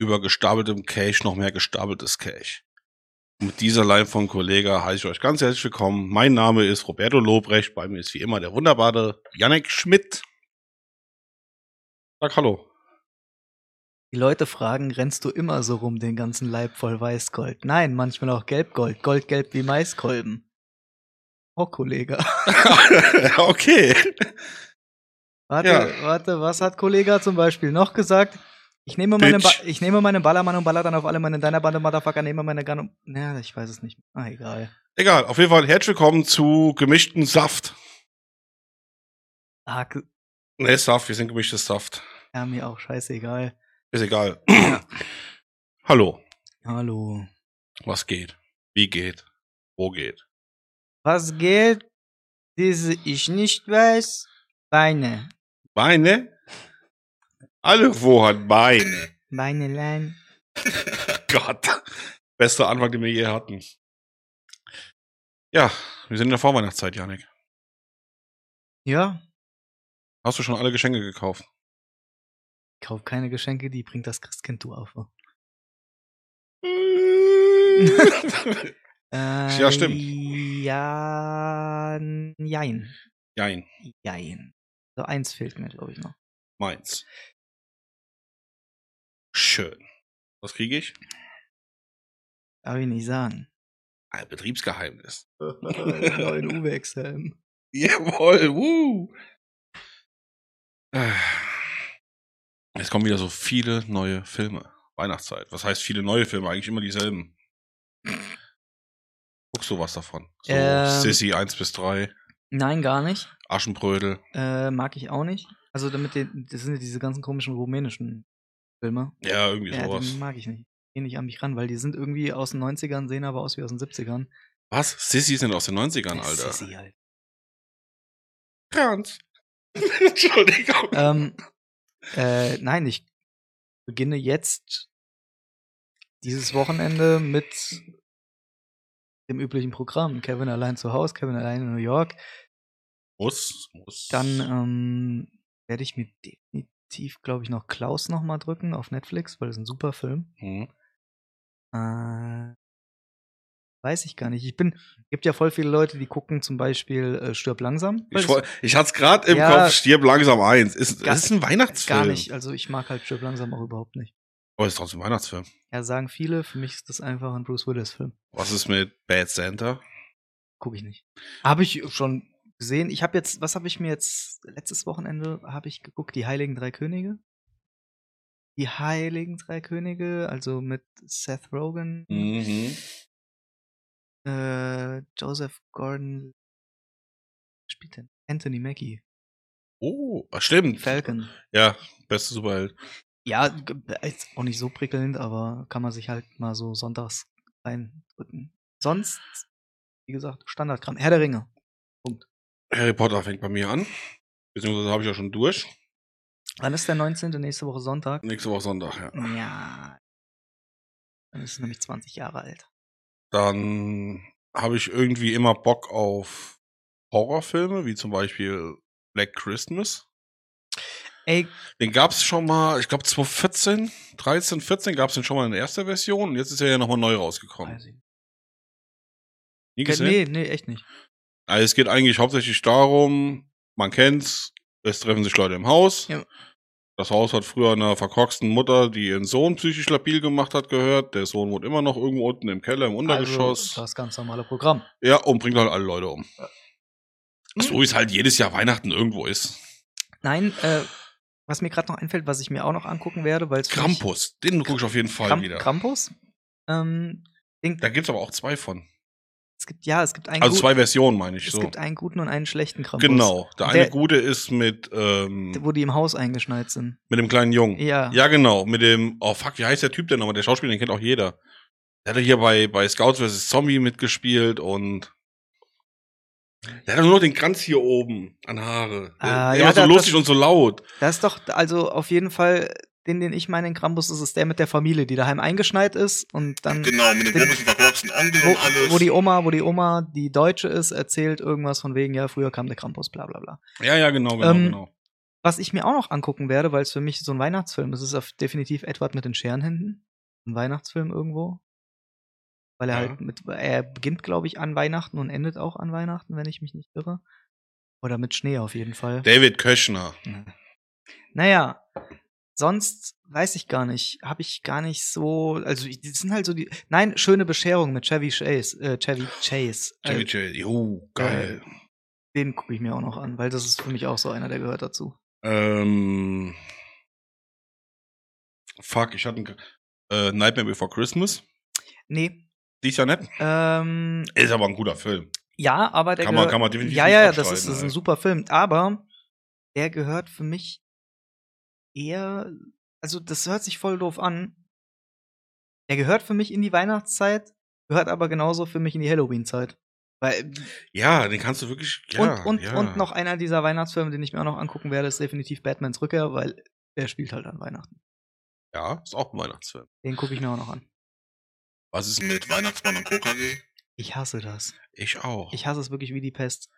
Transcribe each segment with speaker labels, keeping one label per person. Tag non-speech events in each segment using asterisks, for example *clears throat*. Speaker 1: Über gestapeltem Cache noch mehr gestapeltes Cache. Mit dieser Line von Kollega heiße ich euch ganz herzlich willkommen. Mein Name ist Roberto Lobrecht. Bei mir ist wie immer der wunderbare Yannick Schmidt. Sag Hallo.
Speaker 2: Die Leute fragen, rennst du immer so rum den ganzen Leib voll Weißgold? Nein, manchmal auch Gelbgold. Goldgelb wie Maiskolben. Oh, Kollege.
Speaker 1: *laughs*
Speaker 2: *laughs*
Speaker 1: okay.
Speaker 2: Warte,
Speaker 1: Ja.
Speaker 2: warte, was hat Kollege zum Beispiel noch gesagt? Ich nehme, meine ba
Speaker 1: Bitch.
Speaker 2: ich nehme meinen Ballermann und baller dann auf alle meine deiner Bande, Motherfucker, nehme meine Gun und. Naja, ich weiß es nicht. Ah, egal.
Speaker 1: Egal, auf jeden Fall herzlich willkommen zu gemischten Saft.
Speaker 2: Ah, g-
Speaker 1: Ne, Saft, wir sind gemischtes Saft.
Speaker 2: ja, mir auch scheißegal.
Speaker 1: Ist egal. *clears throat*
Speaker 2: Ja.
Speaker 1: Hallo,
Speaker 2: Hallo.
Speaker 1: was geht? Wie geht? Wo geht?
Speaker 2: Was geht? Diese ich nicht weiß. Beine.
Speaker 1: Beine? Alle wo hat Beine?
Speaker 2: Beinelein.
Speaker 1: Gott. Bester Anfang, den wir je hatten. Ja, wir sind in der Vorweihnachtszeit, Janik.
Speaker 2: Ja,
Speaker 1: Hast du schon alle Geschenke gekauft?
Speaker 2: kauf keine Geschenke, die bringt das Christkind du auf. Äh,
Speaker 1: Ja, stimmt.
Speaker 2: Ja, jein.
Speaker 1: Nein,
Speaker 2: Jein. So eins fehlt mir, glaube ich, noch.
Speaker 1: meins. Schön. Was kriege ich?
Speaker 2: Darf ich nicht sagen.
Speaker 1: Ein Betriebsgeheimnis.
Speaker 2: Neuen *laughs* Uwex-Helm.
Speaker 1: Jawohl, wuh. Jetzt kommen wieder so viele neue Filme. Weihnachtszeit. Was heißt viele neue Filme? Eigentlich immer dieselben. Guckst du was davon? So
Speaker 2: Ähm.
Speaker 1: Sissy 1 bis 3,
Speaker 2: Nein, gar nicht.
Speaker 1: Aschenbrödel.
Speaker 2: Äh, mag ich auch nicht. Also damit den, das sind ja diese ganzen komischen rumänischen Filme.
Speaker 1: Ja, irgendwie
Speaker 2: Ja,
Speaker 1: sowas.
Speaker 2: die mag ich nicht. Geh nicht an mich ran, weil die sind irgendwie aus den 90ern, sehen aber aus wie aus den 70ern.
Speaker 1: Was? Sissy sind aus den 90ern,
Speaker 2: Das ist
Speaker 1: Alter.
Speaker 2: Sissi halt. *laughs*
Speaker 1: Kranz. Entschuldigung.
Speaker 2: Ähm, äh, nein, ich beginne jetzt dieses Wochenende mit dem üblichen Programm. Kevin allein zu Hause, Kevin allein in New York.
Speaker 1: Muss, muss.
Speaker 2: Dann ähm, werde ich mir definitiv, glaube ich, noch Klaus nochmal drücken auf Netflix, weil das ist ein super Film.
Speaker 1: Hm.
Speaker 2: Äh, weiß ich gar nicht. Ich bin, gibt ja voll viele Leute, die gucken zum Beispiel äh, Stirb langsam. weil
Speaker 1: Ich,
Speaker 2: das-
Speaker 1: woll- ich hatte es gerade im
Speaker 2: Ja.
Speaker 1: Kopf, stirb langsam eins. Ist,
Speaker 2: Gar-
Speaker 1: ist ein Weihnachtsfilm.
Speaker 2: gar nicht. Also ich mag halt Stirb langsam auch überhaupt nicht.
Speaker 1: Aber ist trotzdem ein Weihnachtsfilm.
Speaker 2: Ja, sagen viele, für mich ist das einfach ein Bruce Willis-Film.
Speaker 1: Was ist mit Bad Santa?
Speaker 2: Gucke ich nicht. Habe ich schon gesehen. Ich habe jetzt, was habe ich mir jetzt, letztes Wochenende habe ich geguckt, die Heiligen Drei Könige. Die Heiligen Drei Könige, also mit Seth Rogen,
Speaker 1: Mhm.
Speaker 2: äh, Joseph Gordon, spielt denn? Anthony Mackie,
Speaker 1: Oh, ah, stimmt.
Speaker 2: Falcon.
Speaker 1: Ja, beste Superheld.
Speaker 2: Ja, g- ist auch nicht so prickelnd, aber kann man sich halt mal so sonntags reindrücken. Sonst, wie gesagt, Standardkram. Herr der Ringe.
Speaker 1: Harry Potter fängt bei mir an. Beziehungsweise habe ich ja schon durch.
Speaker 2: Wann ist der 19. nächste Woche Sonntag?
Speaker 1: Nächste Woche Sonntag, ja.
Speaker 2: Ja. Dann ist es
Speaker 1: Hm.
Speaker 2: nämlich 20 Jahre alt.
Speaker 1: Dann habe ich irgendwie immer Bock auf Horrorfilme, wie zum Beispiel Black Christmas.
Speaker 2: Ey,
Speaker 1: Den gab es schon mal, ich glaube 2014, 13, 14 gab es den schon mal in der ersten Version. Und jetzt ist er ja nochmal neu rausgekommen.
Speaker 2: weiß ich.
Speaker 1: Nie
Speaker 2: nicht.
Speaker 1: gesehen?
Speaker 2: Nee, nee, echt nicht.
Speaker 1: Also es geht eigentlich hauptsächlich darum, man kennt's, es treffen sich Leute im Haus.
Speaker 2: Ja.
Speaker 1: Das Haus hat früher einer verkorksten Mutter, die ihren Sohn psychisch labil gemacht hat, gehört. Der Sohn wohnt immer noch irgendwo unten im Keller, im Untergeschoss.
Speaker 2: Also, das ganz normale Programm.
Speaker 1: ja, und bringt halt alle Leute um.
Speaker 2: Mhm.
Speaker 1: So wie es halt jedes Jahr Weihnachten irgendwo ist.
Speaker 2: Nein, äh, was mir gerade noch einfällt, was ich mir auch noch angucken werde, weil es für mich-
Speaker 1: Krampus, den gucke ich auf jeden Fall
Speaker 2: Kram
Speaker 1: wieder.
Speaker 2: Krampus? Ähm, den,
Speaker 1: Da gibt's aber auch zwei von.
Speaker 2: es gibt, ja, es gibt einen
Speaker 1: Also
Speaker 2: gut-
Speaker 1: zwei Versionen, meine ich
Speaker 2: es
Speaker 1: so.
Speaker 2: gibt einen guten und einen schlechten Krampus.
Speaker 1: Genau. Der eine
Speaker 2: Der-
Speaker 1: gute ist mit, ähm,
Speaker 2: Wo die im Haus eingeschneit sind.
Speaker 1: mit dem kleinen Jungen.
Speaker 2: Ja.
Speaker 1: Ja, genau. Mit dem, oh fuck, wie heißt der Typ denn nochmal? Der Schauspieler, den kennt auch jeder. Der hat ja hier bei, bei Scouts vs. Zombie mitgespielt und der hat doch nur noch den Kranz hier oben an Haare.
Speaker 2: Ah,
Speaker 1: der
Speaker 2: ja,
Speaker 1: war so
Speaker 2: der-
Speaker 1: lustig
Speaker 2: das-
Speaker 1: und so laut.
Speaker 2: Das ist doch, also auf jeden Fall, den, den ich meine in Krampus, ist es der mit der Familie, die daheim eingeschneit ist und dann,
Speaker 3: Genau, mit dem
Speaker 2: Den-
Speaker 3: komischen verkorksten Onkel und alles.
Speaker 2: wo, wo die Oma, wo die Oma, die Deutsche ist, erzählt irgendwas von wegen, ja, früher kam der Krampus, bla bla bla.
Speaker 1: Ja, ja, genau, genau,
Speaker 2: Ähm,
Speaker 1: genau.
Speaker 2: Was ich mir auch noch angucken werde, weil es für mich so ein Weihnachtsfilm ist, ist auf definitiv Edward mit den Scherenhänden. Ein Weihnachtsfilm irgendwo. Weil er
Speaker 1: Ja.
Speaker 2: halt mit, er beginnt, glaube ich, an Weihnachten und endet auch an Weihnachten, wenn ich mich nicht irre. Oder mit Schnee auf jeden Fall.
Speaker 1: David Köchner.
Speaker 2: Naja, sonst weiß ich gar nicht. Habe ich gar nicht so. Also, die sind halt so die. Nein, schöne Bescherung mit Chevy Chase. Äh, Chevy Chase.
Speaker 1: Chevy
Speaker 2: äh,
Speaker 1: Chase. Jo, geil.
Speaker 2: den gucke ich mir auch noch an, weil das ist für mich auch so einer, der gehört dazu.
Speaker 1: Ähm. Fuck, ich hatte einen, äh, Nightmare Before Christmas.
Speaker 2: Nee.
Speaker 1: Die ist ja nett.
Speaker 2: Ähm,
Speaker 1: Ist aber ein guter Film.
Speaker 2: ja, aber der
Speaker 1: Kann man,
Speaker 2: gehört-
Speaker 1: kann man definitiv
Speaker 2: Ja,
Speaker 1: nicht
Speaker 2: ja, das
Speaker 1: abstreiten,
Speaker 2: ist, das ist
Speaker 1: ey.
Speaker 2: ein super Film, aber der gehört für mich eher, also das hört sich voll doof an. Der gehört für mich in die Weihnachtszeit, gehört aber genauso für mich in die Halloween-Zeit. Weil,
Speaker 1: Ja, den kannst du wirklich. Ja,
Speaker 2: und, und,
Speaker 1: ja.
Speaker 2: und noch einer dieser Weihnachtsfilme, den ich mir auch noch angucken werde, ist definitiv Batmans Rückkehr, weil der spielt halt an Weihnachten.
Speaker 1: Ja, ist auch ein Weihnachtsfilm.
Speaker 2: Den gucke ich mir auch noch an.
Speaker 1: Was ist
Speaker 3: Mit Weihnachtsmann und KKG.
Speaker 2: Ich hasse das.
Speaker 1: Ich auch.
Speaker 2: Ich hasse es wirklich wie die Pest.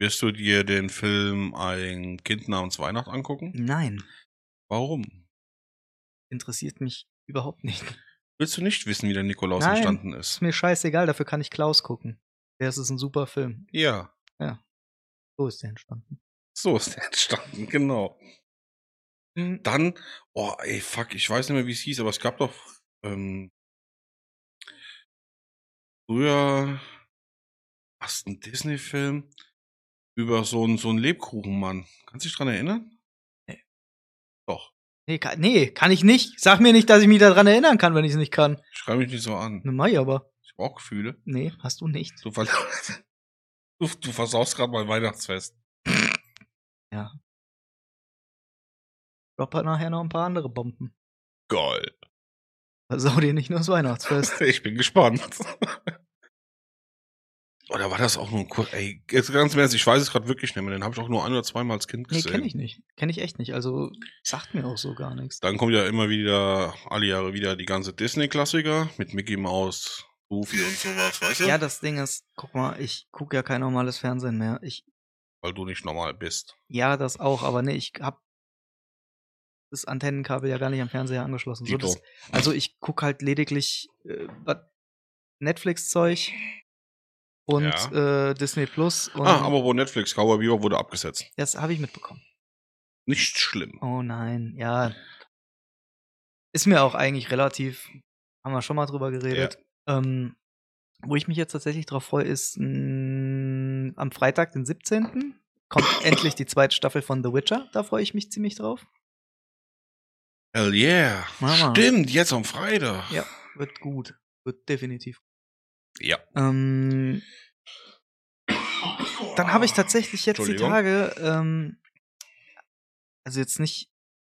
Speaker 1: Wirst du dir den Film Ein Kind namens Weihnacht angucken?
Speaker 2: Nein,
Speaker 1: Warum?
Speaker 2: interessiert mich überhaupt nicht.
Speaker 1: Willst du nicht wissen, wie der Nikolaus
Speaker 2: Nein.
Speaker 1: entstanden
Speaker 2: Ist
Speaker 1: ist?
Speaker 2: mir scheißegal, dafür kann ich Klaus gucken. Der ist, ist ein super Film.
Speaker 1: Ja,
Speaker 2: So ist der entstanden.
Speaker 1: so ist er entstanden, *laughs* genau.
Speaker 2: Mhm.
Speaker 1: Dann, oh ey, fuck, ich weiß nicht mehr, wie es hieß, aber es gab doch ähm, früher was ein Disney-Film über so einen so einen Lebkuchenmann. Kannst du dich dran erinnern?
Speaker 2: Nee.
Speaker 1: Doch.
Speaker 2: Nee, kann, nee, kann ich nicht. Sag mir nicht, dass ich mich daran erinnern kann, wenn ich es nicht kann.
Speaker 1: Schreib mich nicht so an.
Speaker 2: Ne, Mai aber.
Speaker 1: Ich hab auch Gefühle.
Speaker 2: Nee, hast du nicht.
Speaker 1: Du,
Speaker 2: *laughs*
Speaker 1: ver du, du versaust gerade mein Weihnachtsfest.
Speaker 2: Drop halt nachher noch ein paar andere Bomben.
Speaker 1: Geil.
Speaker 2: Versau dir nicht nur
Speaker 1: *laughs*
Speaker 2: das Weihnachtsfest.
Speaker 1: Ich bin gespannt. Oder war das auch nur ein kurz? Ey, jetzt ganz im Ernst, ich weiß es gerade wirklich nicht mehr. Den habe ich auch nur ein oder zweimal als Kind
Speaker 2: Nee,
Speaker 1: gesehen.
Speaker 2: kenne ich nicht. Kenne ich echt nicht. Also sagt mir auch so gar nichts.
Speaker 1: Dann kommt ja immer wieder, alle Jahre wieder die ganze Disney-Klassiker mit Mickey Mouse, Goofy,
Speaker 3: Goofy und sowas, weißt du?
Speaker 2: Ja, das Ding ist, guck mal, ich gucke ja kein normales Fernsehen mehr. Ich
Speaker 1: weil du nicht normal bist.
Speaker 2: Ja, das auch, aber nee, ich hab das Antennenkabel ja gar nicht am Fernseher angeschlossen. So,
Speaker 1: Dito.
Speaker 2: das, also ich guck halt lediglich äh, wat- Netflix-Zeug und äh, Disney Plus und
Speaker 1: ah, aber wo Netflix, Cowboy Bebop wurde abgesetzt.
Speaker 2: das habe ich mitbekommen.
Speaker 1: Nicht schlimm.
Speaker 2: Oh nein, ja. Ist mir auch eigentlich relativ, haben wir schon mal drüber geredet. Ähm, wo ich mich jetzt tatsächlich drauf freue, ist mh, am Freitag, den 17. kommt endlich die zweite Staffel von The Witcher. Da freue ich mich ziemlich drauf.
Speaker 1: Hell yeah.
Speaker 2: Mama.
Speaker 1: Stimmt, jetzt am Freitag.
Speaker 2: Ja. Wird gut. Wird definitiv.
Speaker 1: Ja.
Speaker 2: Ähm, dann habe ich tatsächlich jetzt die
Speaker 1: Ah, Entschuldigung.
Speaker 2: Tage, ähm, also jetzt nicht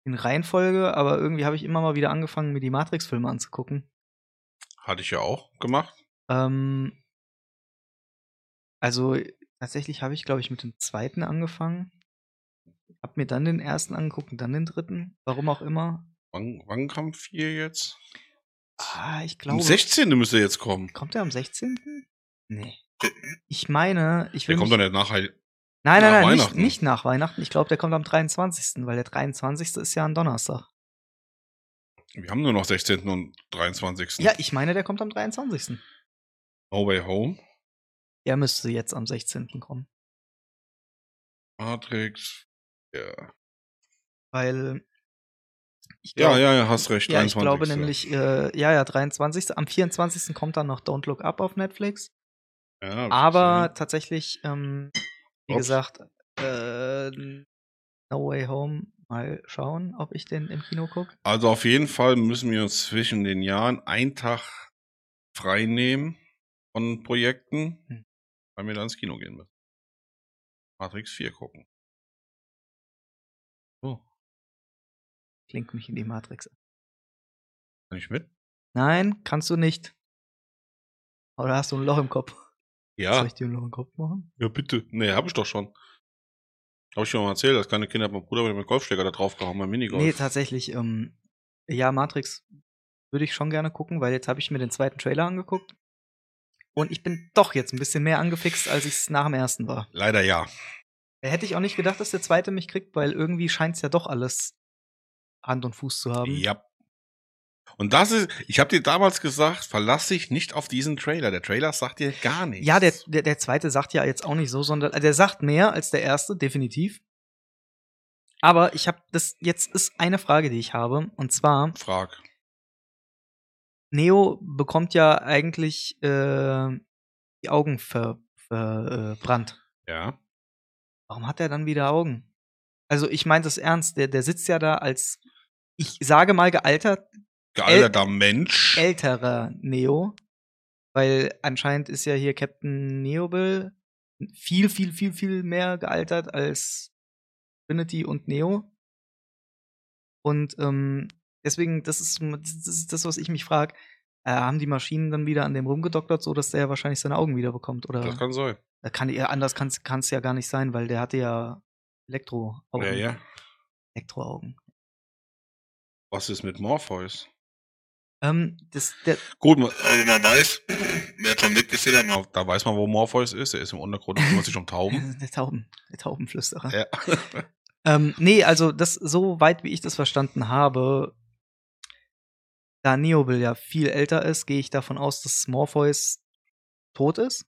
Speaker 2: in Reihenfolge, aber irgendwie habe ich immer mal wieder angefangen, mir die Matrix-Filme anzugucken.
Speaker 1: Hatte ich ja auch gemacht.
Speaker 2: Ähm, also tatsächlich habe ich, glaube ich, mit dem zweiten angefangen. Hab mir dann den ersten angeguckt und dann den dritten. Warum auch immer.
Speaker 1: Wann, wann kam 4 jetzt?
Speaker 2: Ah, ich
Speaker 1: Am
Speaker 2: glaube.
Speaker 1: 16. müsste jetzt kommen.
Speaker 2: Kommt er am 16.? Nee. Ich meine, ich will.
Speaker 1: Äh, Der kommt
Speaker 2: mich-
Speaker 1: dann ja nach Heil. nach
Speaker 2: nein, nein, nein, nicht,
Speaker 1: Weihnachten.
Speaker 2: nicht nach Weihnachten. Ich glaube, der kommt am 23., weil der 23. ist ja ein Donnerstag.
Speaker 1: Wir haben nur noch 16. und 23.
Speaker 2: Ja, ich meine, der kommt am 23.
Speaker 1: No Way Home.
Speaker 2: Der müsste jetzt am 16. kommen.
Speaker 1: Matrix. Ja.
Speaker 2: Weil. Ich
Speaker 1: Ja,
Speaker 2: glaub-
Speaker 1: ja, ja, hast recht.
Speaker 2: Ja, ich
Speaker 1: 23..
Speaker 2: glaube nämlich, äh, ja, ja, 23. Am 24. kommt dann noch Don't Look Up auf Netflix.
Speaker 1: Ja,
Speaker 2: Aber tatsächlich, ähm, wie
Speaker 1: Ups.
Speaker 2: gesagt, äh, No Way Home, mal schauen, ob ich den im Kino gucke.
Speaker 1: Also auf jeden Fall müssen wir uns zwischen den Jahren einen Tag frei nehmen von Projekten,
Speaker 2: Hm.
Speaker 1: weil wir dann ins Kino gehen müssen. Matrix 4 gucken. So,
Speaker 2: Klingt mich in die Matrix.
Speaker 1: kann ich mit?
Speaker 2: Nein, kannst du nicht. Oder hast du ein Loch im Kopf? Soll
Speaker 1: Ja,
Speaker 2: ich dir ein Loch im Kopf machen?
Speaker 1: ja bitte. Nee, hab ich doch schon. Habe ich schon mal erzählt, als kleine Kinder hat mein Bruder mit dem Golfschläger da draufgehauen beim Minigolf.
Speaker 2: Nee, tatsächlich, ähm, ja, Matrix würde ich schon gerne gucken, weil jetzt habe ich mir den zweiten Trailer angeguckt. Und ich bin doch jetzt ein bisschen mehr angefixt, als ich es nach dem ersten war.
Speaker 1: Leider ja.
Speaker 2: Hätte ich auch nicht gedacht, dass der zweite mich kriegt, weil irgendwie scheint es ja doch alles Hand und Fuß zu haben.
Speaker 1: Ja. Und das ist, ich habe dir damals gesagt, verlass dich nicht auf diesen Trailer. Der Trailer sagt dir gar nichts.
Speaker 2: Ja, der, der, der zweite sagt ja jetzt auch nicht so, sondern äh, der sagt mehr als der erste, definitiv. Aber ich habe das, jetzt ist eine Frage, die ich habe. Und zwar,
Speaker 1: Frag.
Speaker 2: Neo bekommt ja eigentlich äh, die Augen ver, äh, verbrannt.
Speaker 1: Ja.
Speaker 2: Warum hat er dann wieder Augen? Also ich meine das ernst, der, der sitzt ja da als, ich sage mal gealtert,
Speaker 1: Gealterter Mensch.
Speaker 2: älterer Neo, weil anscheinend ist ja hier Captain Neobill viel, viel, viel, viel mehr gealtert als Trinity und Neo. Und ähm, deswegen, das ist, das ist das, was ich mich frage. Äh, haben die Maschinen dann wieder an dem rumgedoktert, so dass der wahrscheinlich seine Augen wieder bekommt? Oder
Speaker 1: das kann sein.
Speaker 2: Da kann, ja, anders kann es ja gar nicht sein, weil der hatte ja Elektroaugen.
Speaker 1: Ja, ja.
Speaker 2: Elektroaugen.
Speaker 1: Was ist mit Morpheus?
Speaker 2: Ähm, das, der,
Speaker 1: Gut, man-
Speaker 3: Also man weiß, wer vom Nick ist, der mal
Speaker 1: da weiß man, wo Morpheus ist. Er ist im Untergrund, da kümmert sich um Tauben.
Speaker 2: der Tauben, der Taubenflüsterer.
Speaker 1: ja.
Speaker 2: *laughs* Ähm, nee, also das so weit, wie ich das verstanden habe, da Neobil ja viel älter ist, gehe ich davon aus, dass Morpheus tot ist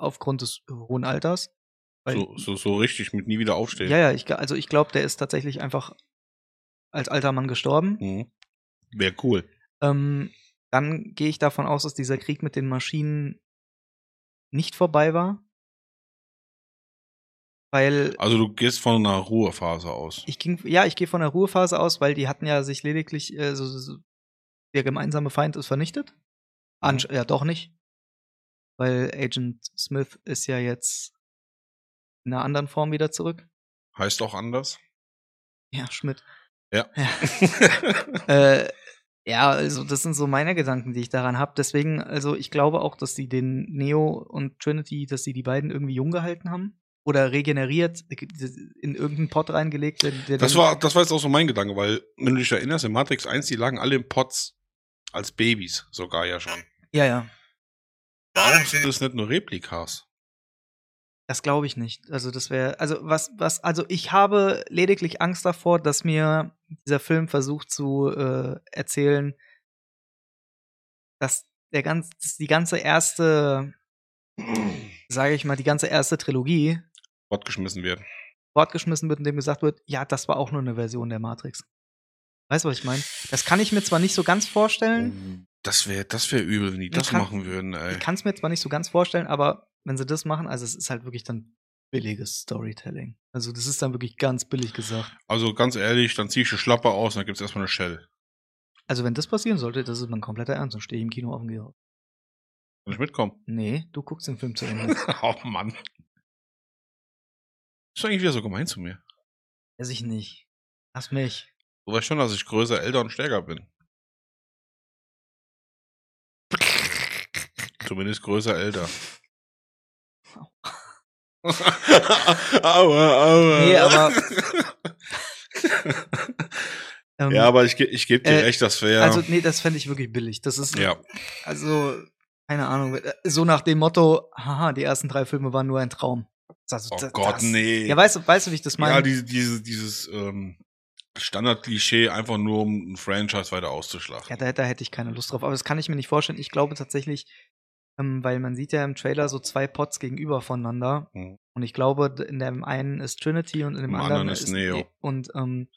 Speaker 2: aufgrund des hohen Alters. *laughs* Weil,
Speaker 1: So, so, so richtig mit nie wieder aufstehen.
Speaker 2: ja, ja, ich, ge- also ich glaube, der ist tatsächlich einfach als alter Mann gestorben.
Speaker 1: Mhm. Wäre cool.
Speaker 2: Ähm, dann gehe ich davon aus, dass dieser Krieg mit den Maschinen nicht vorbei war, weil
Speaker 1: Also du gehst von einer Ruhephase aus.
Speaker 2: Ich ging, ja, ich gehe von der Ruhephase aus, weil die hatten ja sich lediglich, äh, so, so, so, der gemeinsame Feind ist vernichtet.
Speaker 1: Mhm.
Speaker 2: Ansch Ja, doch nicht. Weil Agent Smith ist ja jetzt in einer anderen Form wieder zurück.
Speaker 1: Heißt auch
Speaker 2: *laughs*
Speaker 1: anders.
Speaker 2: Ja, Schmidt.
Speaker 1: Ja.
Speaker 2: *laughs* äh, ja, also das sind so meine Gedanken, die ich daran habe. Deswegen, also ich glaube auch, dass sie den Neo und Trinity, dass sie die beiden irgendwie jung gehalten haben. Oder regeneriert, äh, in irgendeinen Pot reingelegt. Der, der
Speaker 1: Das
Speaker 2: den-
Speaker 1: war, das war jetzt auch so mein Gedanke, weil, wenn du dich erinnerst, in Matrix 1, die lagen alle in Pots. Als Babys sogar ja schon.
Speaker 2: Ja, ja.
Speaker 3: Warum sind
Speaker 1: Das ist nicht nur Replikas.
Speaker 2: Das glaube ich nicht. Also das wäre, also was, was, also ich habe lediglich Angst davor, dass mir dieser Film versucht zu äh, erzählen, dass der ganz, dass die ganze erste, sage ich mal, die ganze erste Trilogie
Speaker 1: Fortgeschmissen werden.
Speaker 2: fortgeschmissen wird, indem gesagt wird, ja, das war auch nur eine Version der Matrix. Weißt du, was ich meine? Das kann ich mir zwar nicht so ganz vorstellen.
Speaker 1: Das wäre das wär übel, wenn die
Speaker 2: Man
Speaker 1: das
Speaker 2: kann-
Speaker 1: machen würden, ey.
Speaker 2: Ich kann es mir zwar nicht so ganz vorstellen, aber wenn sie das machen, also es ist halt wirklich dann billiges Storytelling. Also das ist dann wirklich ganz billig gesagt.
Speaker 1: Also ganz ehrlich, dann zieh ich die Schlappe aus und dann gibt's erstmal eine Shell.
Speaker 2: Also, wenn das passieren sollte, das ist mein kompletter Ernst. Dann stehe ich im Kino auf dem Gehör.
Speaker 1: Kann ich mitkommen? *laughs*
Speaker 2: Nee, du guckst den Film zu Ende.
Speaker 1: oh Mann. Ist eigentlich wieder so gemein zu mir.
Speaker 2: Weiß ich nicht. Lass mich.
Speaker 1: Du weißt schon, dass ich größer, älter und stärker *laughs* bin. Zumindest größer, älter. *laughs* aua, aua.
Speaker 2: Nee, aber-
Speaker 1: *laughs*
Speaker 2: Ähm,
Speaker 1: ja, aber ich, ge- ich gebe dir
Speaker 2: äh,
Speaker 1: recht, das wäre.
Speaker 2: Also, nee, das fände ich wirklich billig. Das ist,
Speaker 1: ja,
Speaker 2: also, keine Ahnung. Äh, So nach dem Motto, haha, die ersten drei Filme waren nur ein Traum. Also,
Speaker 1: oh
Speaker 2: das-
Speaker 1: Gott,
Speaker 2: das-
Speaker 1: nee.
Speaker 2: Ja, weißt du, weißt du, wie ich das meine?
Speaker 1: Ja, diese, diese, dieses ähm, Standard-Klischee, einfach nur um ein Franchise weiter
Speaker 2: Ja,
Speaker 1: auszuschlachten.
Speaker 2: da, da hätte ich keine Lust drauf. Aber das kann ich mir nicht vorstellen. Ich glaube tatsächlich, ähm, weil man sieht ja im Trailer so zwei Pots gegenüber voneinander.
Speaker 1: Mhm.
Speaker 2: Und ich glaube, d- in dem einen ist Trinity und in dem
Speaker 1: Im
Speaker 2: anderen,
Speaker 1: anderen ist Neo.
Speaker 2: Ne- Und ähm,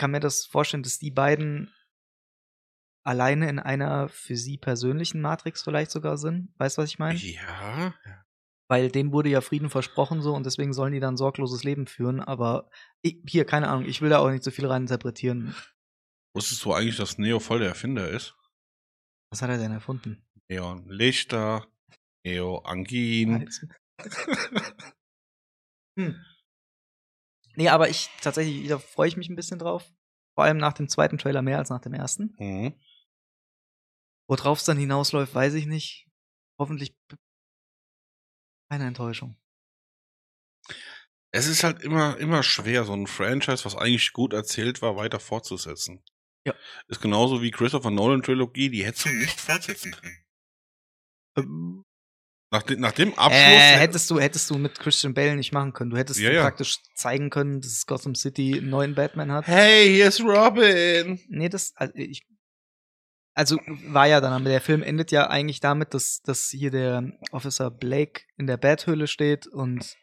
Speaker 2: kann mir das vorstellen, dass die beiden alleine in einer für sie persönlichen Matrix vielleicht sogar sind. Weißt du, was ich meine?
Speaker 1: ja.
Speaker 2: Weil denen wurde ja Frieden versprochen so und deswegen sollen die dann ein sorgloses Leben führen. Aber ich, hier, keine Ahnung, ich will da auch nicht so viel rein interpretieren.
Speaker 1: Wusstest du eigentlich, dass Neo voll der Erfinder ist?
Speaker 2: Was hat er denn erfunden?
Speaker 1: Neon Lichter, Neo
Speaker 2: Halt.
Speaker 1: Angin.
Speaker 2: *laughs* Hm. Nee, aber ich tatsächlich, da freue ich mich ein bisschen drauf. Vor allem nach dem zweiten Trailer mehr als nach dem ersten.
Speaker 1: Mhm.
Speaker 2: Worauf es dann hinausläuft, weiß ich nicht. Hoffentlich b- keine Enttäuschung.
Speaker 1: Es ist halt immer, immer schwer, so ein Franchise, was eigentlich gut erzählt war, weiter fortzusetzen.
Speaker 2: Ja.
Speaker 1: Ist genauso wie Christopher Nolan Trilogie, die hättest du
Speaker 3: du nicht fortsetzen können.
Speaker 2: Ähm,
Speaker 1: nach, de- nach dem Äh, Abschluss.
Speaker 2: Äh, hättest du, hättest du mit Christian Bale nicht machen können. Du hättest
Speaker 1: Ja, ja.
Speaker 2: praktisch zeigen können, dass Gotham City einen neuen Batman hat.
Speaker 1: hey, hier ist Robin!
Speaker 2: Nee, das, also ich. Also war ja dann, aber der Film endet ja eigentlich damit, dass, dass hier der Officer Blake in der Betthöhle steht und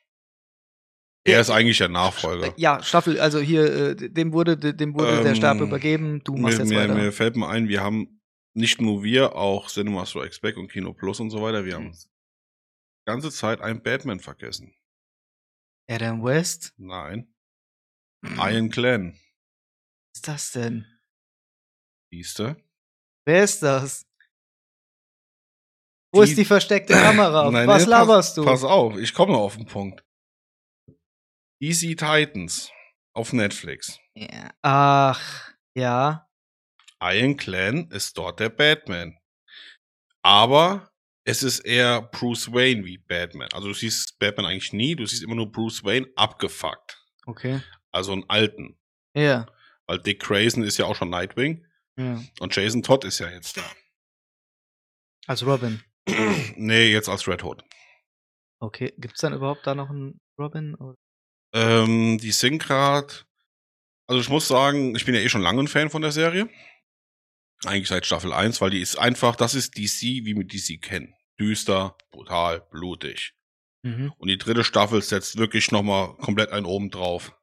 Speaker 1: Er ist eigentlich der Nachfolger.
Speaker 2: äh, ja, Staffel, also hier, äh, dem wurde, dem wurde der
Speaker 1: Ähm,
Speaker 2: Stab übergeben, du machst
Speaker 1: mir,
Speaker 2: jetzt
Speaker 1: mir,
Speaker 2: weiter.
Speaker 1: mir fällt mir ein, wir haben nicht nur wir, auch Cinema Strikes Back und Kino Plus und so weiter, wir haben
Speaker 2: Hm.
Speaker 1: die ganze Zeit einen Batman vergessen.
Speaker 2: Adam West?
Speaker 1: Nein.
Speaker 2: Hm.
Speaker 1: Iron Clan.
Speaker 2: Was ist das denn?
Speaker 1: Siehste?
Speaker 2: Wer ist das? Wo
Speaker 1: Die-
Speaker 2: ist die versteckte Kamera?
Speaker 1: *clears throat* Nein,
Speaker 2: Was
Speaker 1: nee, pass,
Speaker 2: laberst du?
Speaker 1: Pass auf, ich komme noch auf den Punkt. Easy Titans auf Netflix.
Speaker 2: Ja. Ach, ja.
Speaker 1: Iron Clan ist dort der Batman. Aber es ist eher Bruce Wayne wie Batman. Also du siehst Batman eigentlich nie, du siehst immer nur Bruce Wayne abgefuckt.
Speaker 2: Okay.
Speaker 1: Also einen alten.
Speaker 2: Ja.
Speaker 1: Weil Dick Grayson ist ja auch schon Nightwing
Speaker 2: ja.
Speaker 1: und Jason Todd ist ja jetzt da. *clears throat*
Speaker 2: Also Robin.
Speaker 1: nee, jetzt als Red Hood.
Speaker 2: Okay. Gibt's dann überhaupt da noch einen Robin? Oder?
Speaker 1: Ähm, die Syngrad. Also ich muss sagen, ich bin ja eh schon lange ein Fan von der Serie. Eigentlich seit Staffel 1, weil die ist einfach, das ist DC, wie wir DC kennen. Düster, brutal, blutig.
Speaker 2: Mhm.
Speaker 1: Und die dritte Staffel setzt wirklich nochmal komplett einen oben drauf.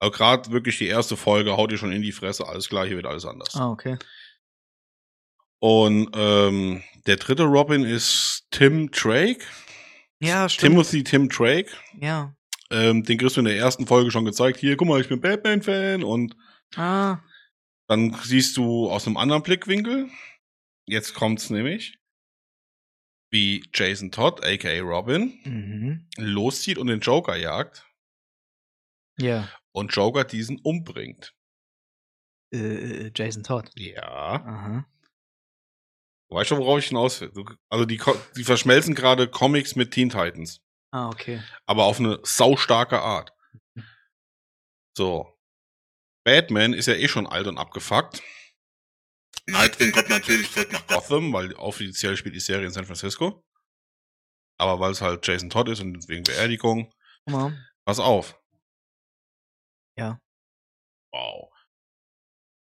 Speaker 1: Aber gerade wirklich die erste Folge haut dir schon in die Fresse, alles klar, hier wird alles anders.
Speaker 2: Ah, okay.
Speaker 1: Und ähm, der dritte Robin ist Tim Drake.
Speaker 2: Ja,
Speaker 1: Timothy Tim Drake.
Speaker 2: Ja.
Speaker 1: Ähm, den kriegst du in der ersten Folge schon gezeigt. Hier, guck mal, ich bin Batman-Fan. Und
Speaker 2: Ah.
Speaker 1: dann siehst du aus einem anderen Blickwinkel. Jetzt kommt's nämlich. Wie Jason Todd, aka Robin,
Speaker 2: Mhm.
Speaker 1: loszieht und den Joker jagt.
Speaker 2: Ja.
Speaker 1: Und Joker diesen umbringt.
Speaker 2: Äh, äh, Jason Todd.
Speaker 1: Ja.
Speaker 2: Aha.
Speaker 1: Du weißt schon, worauf ich hinaus will. Du- Also die, Ko- die verschmelzen gerade Comics mit Teen Titans.
Speaker 2: Ah, okay.
Speaker 1: aber auf eine saustarke Art. So. Batman ist ja eh schon alt und abgefuckt.
Speaker 3: Nightwing kommt natürlich zurück nach Gotham.
Speaker 1: Gotham, weil offiziell spielt die Serie in San Francisco. Aber weil es halt Jason Todd ist und wegen Beerdigung.
Speaker 2: Guck mal.
Speaker 1: Pass auf.
Speaker 2: Ja.
Speaker 1: Wow.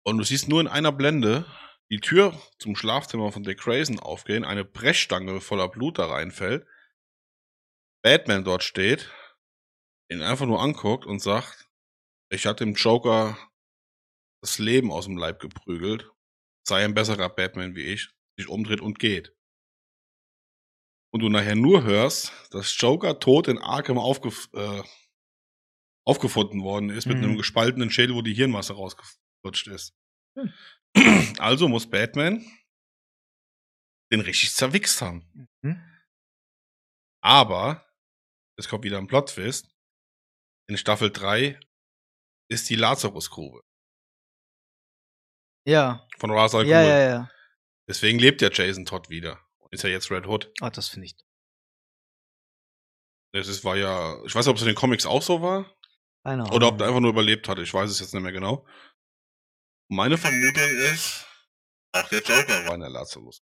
Speaker 1: Und du siehst nur in einer Blende die Tür zum Schlafzimmer von Dick Grayson aufgehen, eine Brechstange voller Blut da reinfällt. Batman dort steht, ihn einfach nur anguckt und sagt, ich hatte dem Joker das Leben aus dem Leib geprügelt, sei ein besserer Batman wie ich, sich umdreht und geht. Und du nachher nur hörst, dass Joker tot in Arkham aufgef äh, aufgefunden worden ist, mit
Speaker 2: Mhm.
Speaker 1: einem gespaltenen Schädel, wo die Hirnmasse rausgerutscht ist.
Speaker 2: Hm.
Speaker 1: *clears throat* Also muss Batman den richtig zerwichst haben.
Speaker 2: Mhm.
Speaker 1: Aber, es kommt wieder ein Plot-Twist, in Staffel 3 ist die Lazarus-Grube
Speaker 2: Ja.
Speaker 1: von Razal
Speaker 2: Ja, ja, ja.
Speaker 1: Deswegen lebt ja Jason Todd wieder. Ist ja jetzt Red Hood.
Speaker 2: Ah, das finde ich.
Speaker 1: Das ist, war ja, ich weiß nicht, ob es in den Comics auch so war
Speaker 2: Keine Ahnung.
Speaker 1: oder ob der einfach nur überlebt hatte. Ich weiß es jetzt nicht mehr genau.
Speaker 3: Meine
Speaker 1: Meine
Speaker 3: Vermutung ist, auch der Joker
Speaker 1: war
Speaker 3: war.
Speaker 1: in der Lazarus.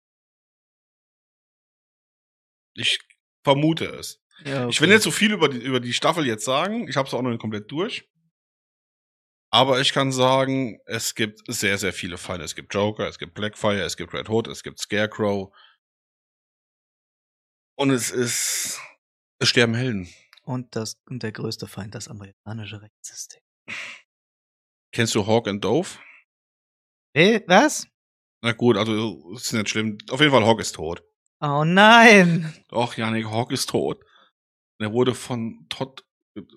Speaker 1: Ich vermute es.
Speaker 2: Ja, okay.
Speaker 1: Ich will nicht so viel über die, über die Staffel jetzt sagen. Ich habe es auch noch nicht komplett durch. Aber ich kann sagen, es gibt sehr, sehr viele Feinde. Es gibt Joker, es gibt Blackfire, es gibt Red Hood, es gibt Scarecrow. Und es ist. Es sterben Helden.
Speaker 2: Und, das, und der größte Feind, das amerikanische Rechtssystem.
Speaker 1: Kennst du Hawk and Dove?
Speaker 2: Hey, was?
Speaker 1: Na gut, also ist nicht schlimm. Auf jeden Fall, Hawk ist tot.
Speaker 2: Oh nein!
Speaker 1: Doch, Janik, Hawk ist tot. Und Er wurde von Todd,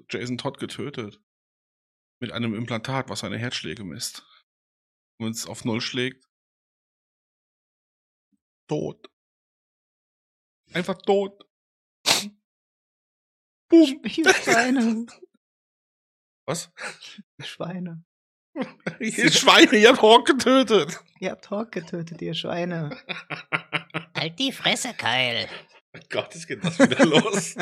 Speaker 1: Jason Todd getötet. Mit einem Implantat, was seine Herzschläge misst. Und wenn es auf Null schlägt, tot. Einfach tot. Boom.
Speaker 2: *laughs* Ihr Schweine.
Speaker 1: *laughs* Was?
Speaker 2: Schweine.
Speaker 1: Ihr Schweine, ihr habt Hawk getötet.
Speaker 2: Ihr habt Hawk getötet, ihr Schweine.
Speaker 4: Halt die Fresse, Keil.
Speaker 1: Oh *laughs* Gott, es geht was wieder los.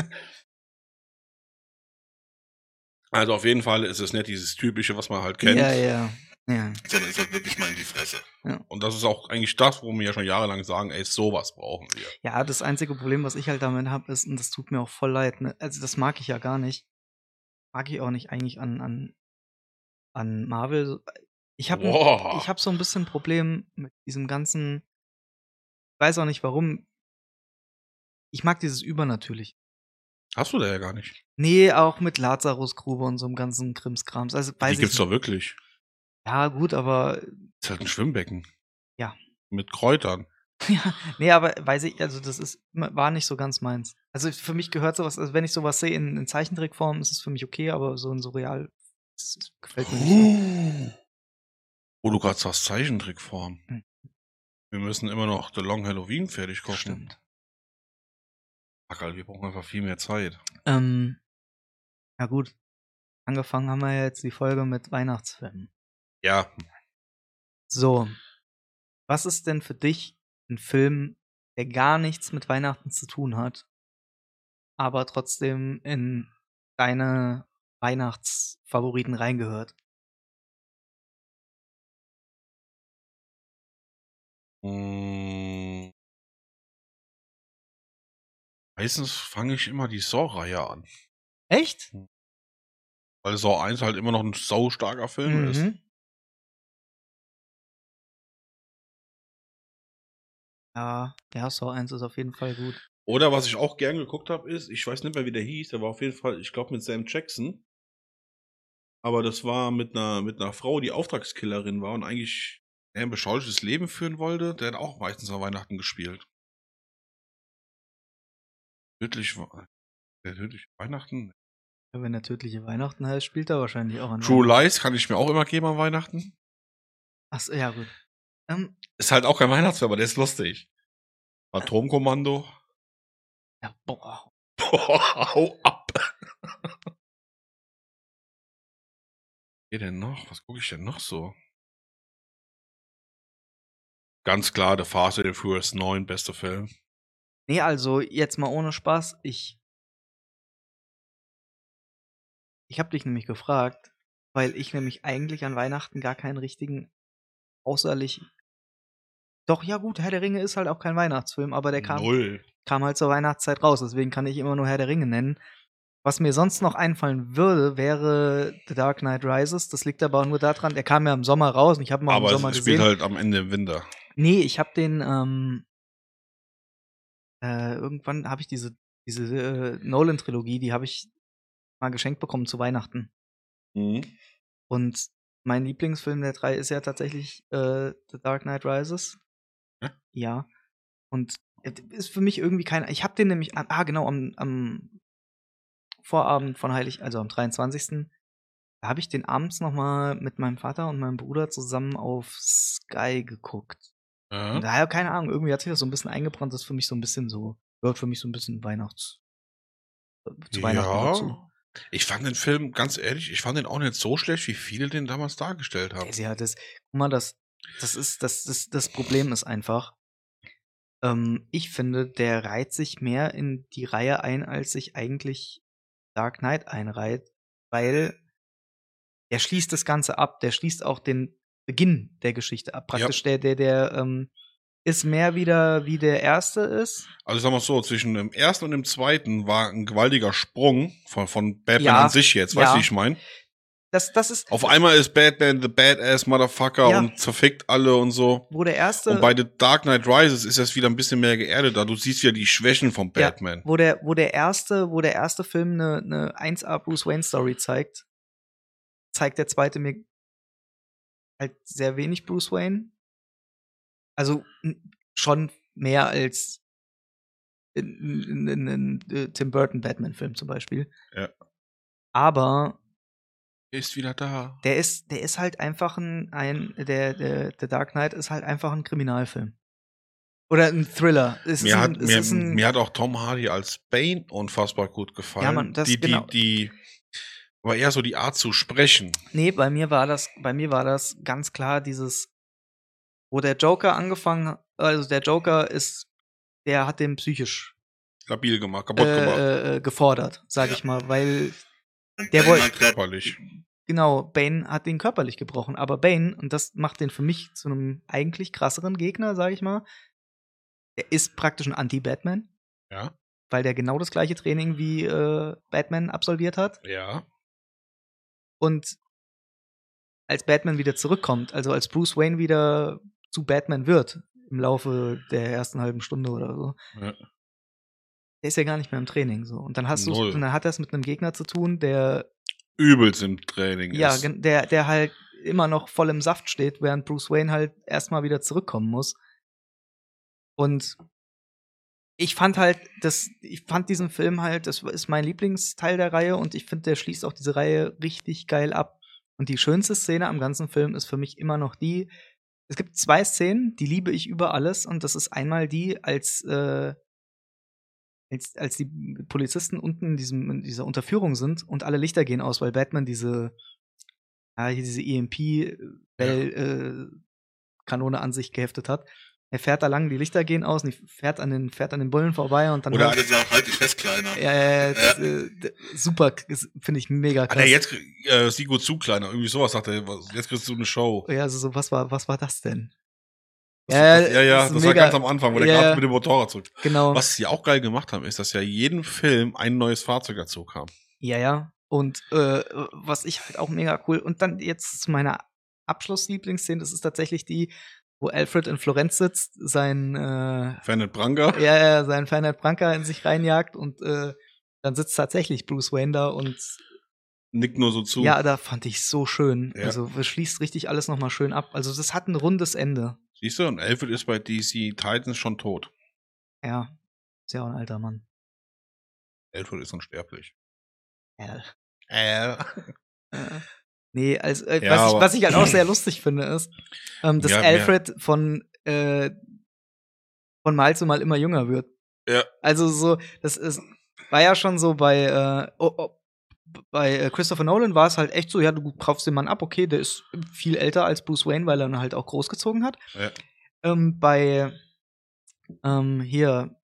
Speaker 1: Also auf jeden Fall ist es nicht dieses typische, was man halt kennt.
Speaker 2: Ja, ja. ja.
Speaker 3: Sondern ist halt wirklich mal in die Fresse.
Speaker 1: Und das ist auch eigentlich das, wo wir ja schon jahrelang sagen, ey, sowas brauchen wir.
Speaker 2: Ja, das einzige Problem, was ich halt damit habe, ist, und das tut mir auch voll leid, ne? also das mag ich ja gar nicht. Mag ich auch nicht eigentlich an, an, an Marvel. Ich habe
Speaker 1: Boah.
Speaker 2: ich hab so ein bisschen Problem mit diesem ganzen. Ich weiß auch nicht warum. Ich mag dieses Übernatürliche.
Speaker 1: Hast du da ja gar nicht.
Speaker 2: Nee, auch mit Lazarusgrube und so einem ganzen Krimskrams. Also weiß
Speaker 1: Die
Speaker 2: ich
Speaker 1: gibt's
Speaker 2: nicht.
Speaker 1: doch wirklich.
Speaker 2: Ja, gut, aber
Speaker 1: Ist halt ein Schwimmbecken.
Speaker 2: Ja.
Speaker 1: Mit Kräutern.
Speaker 2: Ja, nee, aber weiß ich, also das ist, war nicht so ganz meins. Also für mich gehört sowas, also wenn ich sowas sehe in, in Zeichentrickform, ist es für mich okay, aber so in surreal das, das gefällt mir
Speaker 1: *laughs*
Speaker 2: nicht.
Speaker 1: Oh, du gerade sagst Zeichentrickform.
Speaker 2: Mhm.
Speaker 1: Wir müssen immer noch The Long Halloween fertig
Speaker 2: so.
Speaker 1: kochen. Packerl, wir brauchen einfach viel mehr Zeit.
Speaker 2: Ähm, na gut, angefangen haben wir ja jetzt die Folge mit Weihnachtsfilmen.
Speaker 1: Ja,
Speaker 2: So, was ist denn für dich ein Film, der gar nichts mit Weihnachten zu tun hat, aber trotzdem in deine Weihnachtsfavoriten reingehört?
Speaker 1: Mm. Meistens fange ich immer die Saw-Reihe an,
Speaker 2: Echt?
Speaker 1: weil Saw 1 halt immer noch ein sau starker Film ist.
Speaker 2: Mhm. Ja, ja, Saw 1 ist auf jeden Fall gut.
Speaker 1: Oder was ich auch gern geguckt habe, ist, ich weiß nicht mehr, wie der hieß, der war auf jeden Fall, ich glaube, mit Sam Jackson. Aber das war mit einer, mit einer Frau, die Auftragskillerin war und eigentlich eher ein beschauliches Leben führen wollte. Der hat auch meistens an Weihnachten gespielt. Tödlich war. Der tödliche Weihnachten?
Speaker 2: Wenn der tödliche Weihnachten heißt, spielt er wahrscheinlich auch an.
Speaker 1: True Lies kann ich mir auch immer geben an Weihnachten.
Speaker 2: Achso, ja, gut. Ähm,
Speaker 1: Ist halt auch kein Weihnachtsfilm, aber der ist lustig. Atomkommando.
Speaker 2: ja, boah.
Speaker 1: *laughs* Boah, Oh, hau ab. Geht denn noch? Was gucke ich denn noch so? Ganz klar, The Fast and the Furious 9, beste Film.
Speaker 2: Nee, also jetzt mal ohne Spaß. Ich. Ich habe dich nämlich gefragt, weil ich nämlich eigentlich an Weihnachten gar keinen richtigen außerlichen. Doch, ja, gut, Herr der Ringe ist halt auch kein Weihnachtsfilm, aber der kam
Speaker 1: Null.
Speaker 2: kam halt zur Weihnachtszeit raus, deswegen kann ich immer nur Herr der Ringe nennen. Was mir sonst noch einfallen würde, wäre The Dark Knight Rises. Das liegt aber auch nur daran, der kam ja im Sommer raus und ich habe ihn auch
Speaker 1: Aber
Speaker 2: im
Speaker 1: es
Speaker 2: Sommer
Speaker 1: spielt
Speaker 2: gesehen.
Speaker 1: halt am Ende im Winter.
Speaker 2: nee, ich habe den ähm, äh, irgendwann habe ich diese diese äh, Nolan Trilogie, die habe ich mal geschenkt bekommen zu Weihnachten.
Speaker 1: Mhm.
Speaker 2: Und mein Lieblingsfilm der drei ist ja tatsächlich äh, The Dark Knight Rises.
Speaker 1: Ja?
Speaker 2: Ja. Und es ist für mich irgendwie kein. Ich habe den nämlich. an- Ah, genau, am, am Vorabend von Heilig, also am 23. Da habe ich den abends nochmal mit meinem Vater und meinem Bruder zusammen auf Sky geguckt.
Speaker 1: Ja.
Speaker 2: Und daher, keine Ahnung, irgendwie hat sich das so ein bisschen eingebrannt, das ist für mich so ein bisschen so, gehört für mich so ein bisschen Weihnachts. äh, Zu Weihnachten dazu.
Speaker 1: ja. Ich fand den Film, ganz ehrlich, ich fand den auch nicht so schlecht, wie viele den damals dargestellt haben.
Speaker 2: Ja, das, guck mal, das, das ist, das, das, das Problem ist einfach. Ähm, ich finde, der reiht sich mehr in die Reihe ein, als sich eigentlich Dark Knight einreiht, weil der schließt das Ganze ab, der schließt auch den Beginn der Geschichte ab.
Speaker 1: Ja.
Speaker 2: Praktisch der, der, der ähm, ist mehr wieder wie der erste ist.
Speaker 1: Also sagen wir so, zwischen dem ersten und dem zweiten war ein gewaltiger Sprung von, von Batman
Speaker 2: Ja.
Speaker 1: an sich jetzt, weißt du,
Speaker 2: Ja.
Speaker 1: wie ich meine?
Speaker 2: Das, das ist,
Speaker 1: Auf einmal ist Batman the Badass Motherfucker
Speaker 2: Ja.
Speaker 1: und zerfickt alle und so.
Speaker 2: wo der erste.
Speaker 1: Und bei The Dark Knight Rises ist das wieder ein bisschen mehr geerdet, da du siehst ja die Schwächen von
Speaker 2: Ja.
Speaker 1: Batman.
Speaker 2: wo der, wo der erste, wo der erste Film eine, eine 1A Bruce Wayne Story zeigt, zeigt der zweite mir halt sehr wenig Bruce Wayne. Also n- schon mehr als in, in, in, in, äh, Tim Burton Batman Film zum Beispiel.
Speaker 1: Ja.
Speaker 2: Aber
Speaker 1: Ist wieder da.
Speaker 2: der ist, der ist halt einfach ein, ein der, der, der Dark Knight ist halt einfach ein Kriminalfilm. Oder ein Thriller. Es
Speaker 1: Mir
Speaker 2: ein,
Speaker 1: hat,
Speaker 2: es
Speaker 1: mir,
Speaker 2: ist ein-
Speaker 1: mir hat auch Tom Hardy als Bane unfassbar gut gefallen.
Speaker 2: Ja, Mann, das-
Speaker 1: die, die,
Speaker 2: genau.
Speaker 1: die, aber eher so die Art zu sprechen.
Speaker 2: Nee, bei mir war das, bei mir war das ganz klar dieses, wo der Joker angefangen, also der Joker ist, der hat den psychisch
Speaker 1: Labil gemacht,
Speaker 2: äh,
Speaker 1: kaputt gemacht.
Speaker 2: äh, gefordert, sag
Speaker 3: Ja.
Speaker 2: ich mal, weil äh, Der
Speaker 3: Bane
Speaker 2: wollte-
Speaker 3: hat grad-
Speaker 1: Körperlich.
Speaker 2: Genau, Bane hat den körperlich gebrochen, aber Bane, und das macht den für mich zu einem eigentlich krasseren Gegner, sage ich mal, er ist praktisch ein Anti-Batman,
Speaker 1: Ja.
Speaker 2: weil der genau das gleiche Training wie äh, Batman absolviert hat.
Speaker 1: Ja.
Speaker 2: Und als Batman wieder zurückkommt, also als Bruce Wayne wieder zu Batman wird, im Laufe der ersten halben Stunde oder so,
Speaker 1: Ja.
Speaker 2: der ist ja gar nicht mehr im Training so. Und dann hast du
Speaker 1: Null.
Speaker 2: und dann hat das mit einem Gegner zu tun, der
Speaker 1: Übelst im Training
Speaker 2: Ja,
Speaker 1: ist.
Speaker 2: gen- der, der halt immer noch voll im Saft steht, während Bruce Wayne halt erstmal wieder zurückkommen muss. Und ich fand halt, das, ich fand diesen Film halt, das ist mein Lieblingsteil der Reihe und ich finde, der schließt auch diese Reihe richtig geil ab. Und die schönste Szene am ganzen Film ist für mich immer noch die, es gibt zwei Szenen, die liebe ich über alles und das ist einmal die, als, äh, als, als die Polizisten unten in, diesem, in dieser Unterführung sind und alle Lichter gehen aus, weil Batman diese, ja, hier diese E äh, EMP-Kanone äh, an sich geheftet hat. Er fährt da lang, die Lichter gehen aus und die fährt an den, fährt an den Bullen vorbei und dann.
Speaker 1: Oder
Speaker 3: Alle sagen, halt dich fest, Kleiner.
Speaker 2: ja, ja, ja, das, äh, d- super, finde ich mega
Speaker 1: Hat
Speaker 2: krass.
Speaker 1: er Ah, jetzt krieg- äh, sieh gut zu, Kleiner. Irgendwie sowas sagt er. was- Jetzt kriegst du eine Show.
Speaker 2: ja, also so, was war, was war das denn?
Speaker 1: Das- das, ja, ja, das,
Speaker 2: ist
Speaker 1: war
Speaker 2: mega-
Speaker 1: ganz am Anfang, wo der
Speaker 2: Ja,
Speaker 1: gerade
Speaker 2: ja.
Speaker 1: mit dem Motorrad zurück.
Speaker 2: Genau.
Speaker 1: Was sie auch geil gemacht haben, ist, dass ja jeden Film ein neues Fahrzeug dazu kam.
Speaker 2: Ja, ja. Und äh, was ich halt auch mega cool. Und dann jetzt zu meiner Abschlusslieblingsszene, das ist tatsächlich die, wo Alfred in Florenz sitzt, sein, äh,
Speaker 1: Fernet Branger.
Speaker 2: ja, ja, sein Feinheit Branca in sich reinjagt und äh, dann sitzt tatsächlich Bruce Wayne da und
Speaker 1: nickt nur so zu.
Speaker 2: ja, da fand ich so schön.
Speaker 1: Ja.
Speaker 2: Also es schließt richtig alles nochmal schön ab. Also das hat ein rundes Ende.
Speaker 1: Siehst du, und Alfred ist bei DC Titans schon tot.
Speaker 2: Ja. Ist ja auch ein alter Mann.
Speaker 1: Alfred ist unsterblich.
Speaker 2: Ja.
Speaker 1: Äh.
Speaker 2: Äh, Nee, also, äh,
Speaker 1: Ja,
Speaker 2: was, ich,
Speaker 1: aber-
Speaker 2: was ich halt
Speaker 1: *clears throat*
Speaker 2: auch sehr lustig finde, ist, ähm, dass
Speaker 1: Ja, mir-
Speaker 2: Alfred von, äh, von Mal zu Mal immer jünger wird.
Speaker 1: Ja.
Speaker 2: Also so, das ist, war ja schon so bei, äh, oh, oh, bei äh, Christopher Nolan war es halt echt so, ja, du kaufst den Mann ab, okay, der ist viel älter als Bruce Wayne, weil er ihn halt auch großgezogen hat.
Speaker 1: Ja.
Speaker 2: Ähm, bei ähm, hier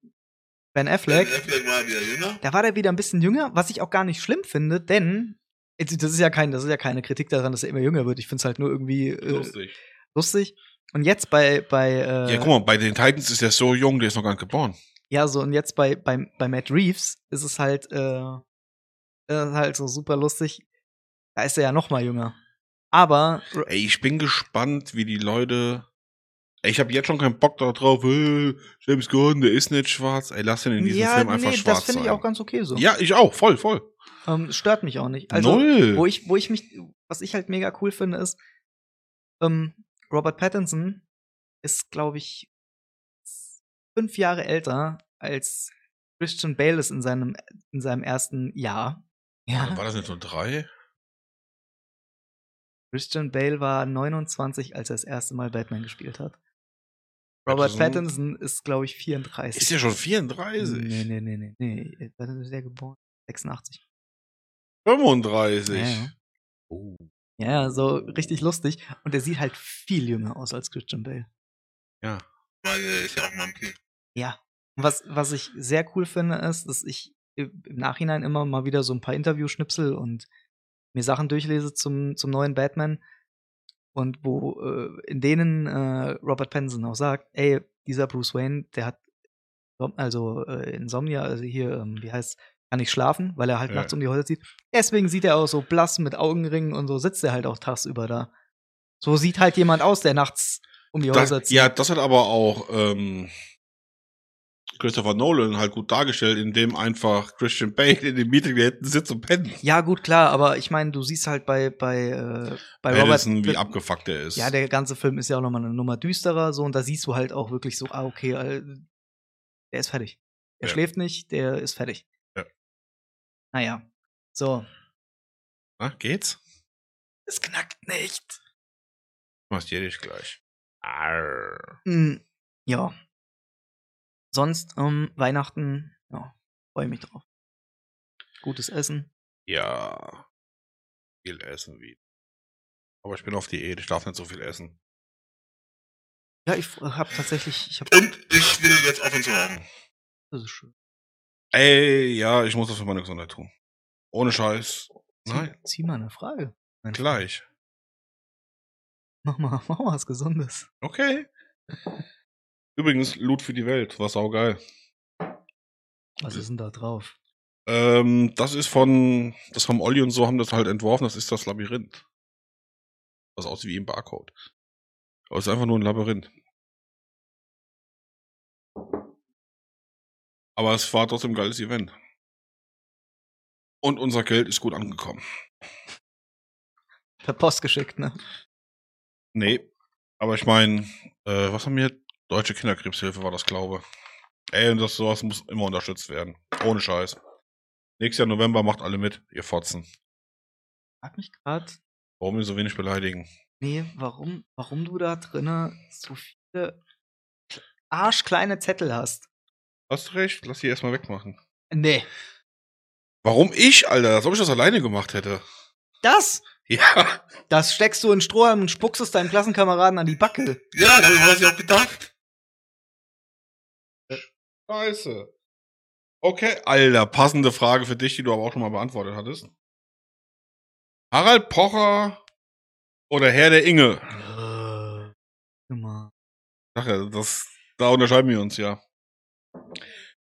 Speaker 2: Ben Affleck
Speaker 3: Ben Affleck war wieder jünger.
Speaker 2: da war der wieder ein bisschen jünger, was ich auch gar nicht schlimm finde, denn jetzt- das ist ja kein, das ist ja keine Kritik daran, dass er immer jünger wird. Ich finde es halt nur irgendwie äh, lustig.
Speaker 1: Lustig.
Speaker 2: Und jetzt bei bei äh,
Speaker 1: ja, guck mal, bei den Titans ist er so jung, der ist noch gar nicht geboren.
Speaker 2: ja, so, und jetzt bei, bei, bei Matt Reeves ist es halt, äh, das ist halt so super lustig. Da ist er ja noch mal jünger. Aber
Speaker 1: Ey, ich bin gespannt, wie die Leute. Ey, ich habe jetzt schon keinen Bock darauf. Äh, James Gordon, der ist nicht schwarz. Ey, lass ihn in diesem
Speaker 2: ja,
Speaker 1: Film einfach
Speaker 2: nee,
Speaker 1: schwarz
Speaker 2: das finde ich
Speaker 1: sein.
Speaker 2: auch ganz okay so.
Speaker 1: Ja, ich auch, voll, voll.
Speaker 2: Ähm, stört mich auch nicht. Also,
Speaker 1: Null.
Speaker 2: Wo ich, wo ich mich, was ich halt mega cool finde, ist, ähm, Robert Pattinson ist, glaube ich, fünf Jahre älter als Christian Bale ist in seinem, in seinem ersten Jahr. Ja.
Speaker 1: War das nicht nur drei?
Speaker 2: Christian Bale war 29, als er das erste Mal Batman gespielt hat. Robert Pattinson ist, glaube ich, 34.
Speaker 1: Ist ja schon 34.
Speaker 2: Nee, nee, nee, nee. nee. Dann ist er geboren. 86.
Speaker 1: 35.
Speaker 2: Ja, ja.
Speaker 1: Oh.
Speaker 2: Ja, ja, so richtig lustig. Und er sieht halt viel jünger aus als Christian Bale.
Speaker 3: Weil er ist ja auch ein Vampir.
Speaker 2: Ja. Was, was ich sehr cool finde, ist, dass ich i- im Nachhinein immer mal wieder so ein paar Interview-Schnipsel und mir Sachen durchlese zum, zum neuen Batman und wo, äh, in denen äh, Robert Pattinson auch sagt, ey, dieser Bruce Wayne, der hat Som- also äh, Insomnia, also hier, ähm, wie heißt kann nicht schlafen, weil er halt
Speaker 1: Ja.
Speaker 2: nachts um die Häuser zieht. Deswegen sieht er auch so blass mit Augenringen und so sitzt er halt auch tagsüber da. So sieht halt jemand aus, der nachts um die Häuser
Speaker 1: Das,
Speaker 2: zieht.
Speaker 1: ja, das hat aber auch ähm, Christopher Nolan halt gut dargestellt, indem einfach Christian Bale in dem Meeting da hinten sitzt und pennt.
Speaker 2: Ja, gut, klar, aber ich meine, du siehst halt bei, bei, äh, bei Robert.
Speaker 1: Pattinson, wie abgefuckt er ist.
Speaker 2: ja, der ganze Film ist ja auch nochmal eine Nummer düsterer, so, und da siehst du halt auch wirklich so, ah, okay, äh, der ist fertig. Er
Speaker 1: Ja.
Speaker 2: schläft nicht, der ist fertig.
Speaker 1: Ja.
Speaker 2: Naja. So.
Speaker 1: Na, geht's?
Speaker 2: Es knackt nicht.
Speaker 1: Machst ihr dich gleich. Arr.
Speaker 2: Mm, ja. Sonst, ähm, Weihnachten, ja, freue mich drauf. Gutes Essen.
Speaker 1: Ja. Viel essen wie. Aber ich bin auf Diät, ich darf nicht so viel essen.
Speaker 2: Ja, ich hab tatsächlich, ich hab,
Speaker 3: Und ich will jetzt auf und zu haben.
Speaker 2: das ist schön.
Speaker 1: Ey, ja, ich muss das für meine Gesundheit tun. Ohne Scheiß.
Speaker 2: Zieh,
Speaker 1: Nein.
Speaker 2: zieh mal eine Frage. Nein,
Speaker 1: Gleich.
Speaker 2: Mach mal, *laughs* mach mal was Gesundes.
Speaker 1: Okay. Übrigens, Loot für die Welt, war saugeil.
Speaker 2: Was ist denn da drauf?
Speaker 1: Ähm, das ist von, das haben Olli und so haben das halt entworfen, das ist das Labyrinth. Das aussieht wie ein Barcode. Aber es ist einfach nur ein Labyrinth. Aber es war trotzdem ein geiles Event. Und unser Geld ist gut angekommen.
Speaker 2: Per Post geschickt, ne?
Speaker 1: Nee, aber ich meine, äh, was haben wir? Deutsche Kinderkrebshilfe war das, glaube Ey, und das sowas muss immer unterstützt werden. Ohne Scheiß. Nächstes Jahr November macht alle mit, ihr Fotzen.
Speaker 2: Frag mich gerade,
Speaker 1: Warum wir so wenig beleidigen?
Speaker 2: nee, warum, warum du da drinnen so viele arschkleine Zettel hast.
Speaker 1: Hast du recht, lass sie erstmal wegmachen.
Speaker 2: Nee.
Speaker 1: Warum ich, Alter? Als ob ich das alleine gemacht hätte. *laughs*
Speaker 2: Das?
Speaker 1: Ja.
Speaker 2: Das steckst du in Strohhalm und spuckst es deinen Klassenkameraden an die Backe.
Speaker 3: Ja, da habe ich auch gedacht.
Speaker 1: Äh, Scheiße. Okay, Alter, passende Frage für dich, die du aber auch schon mal beantwortet hattest. Harald Pocher oder Herr der Inge?
Speaker 2: Äh, Immer.
Speaker 1: Ach ja, das, da unterscheiden wir uns ja.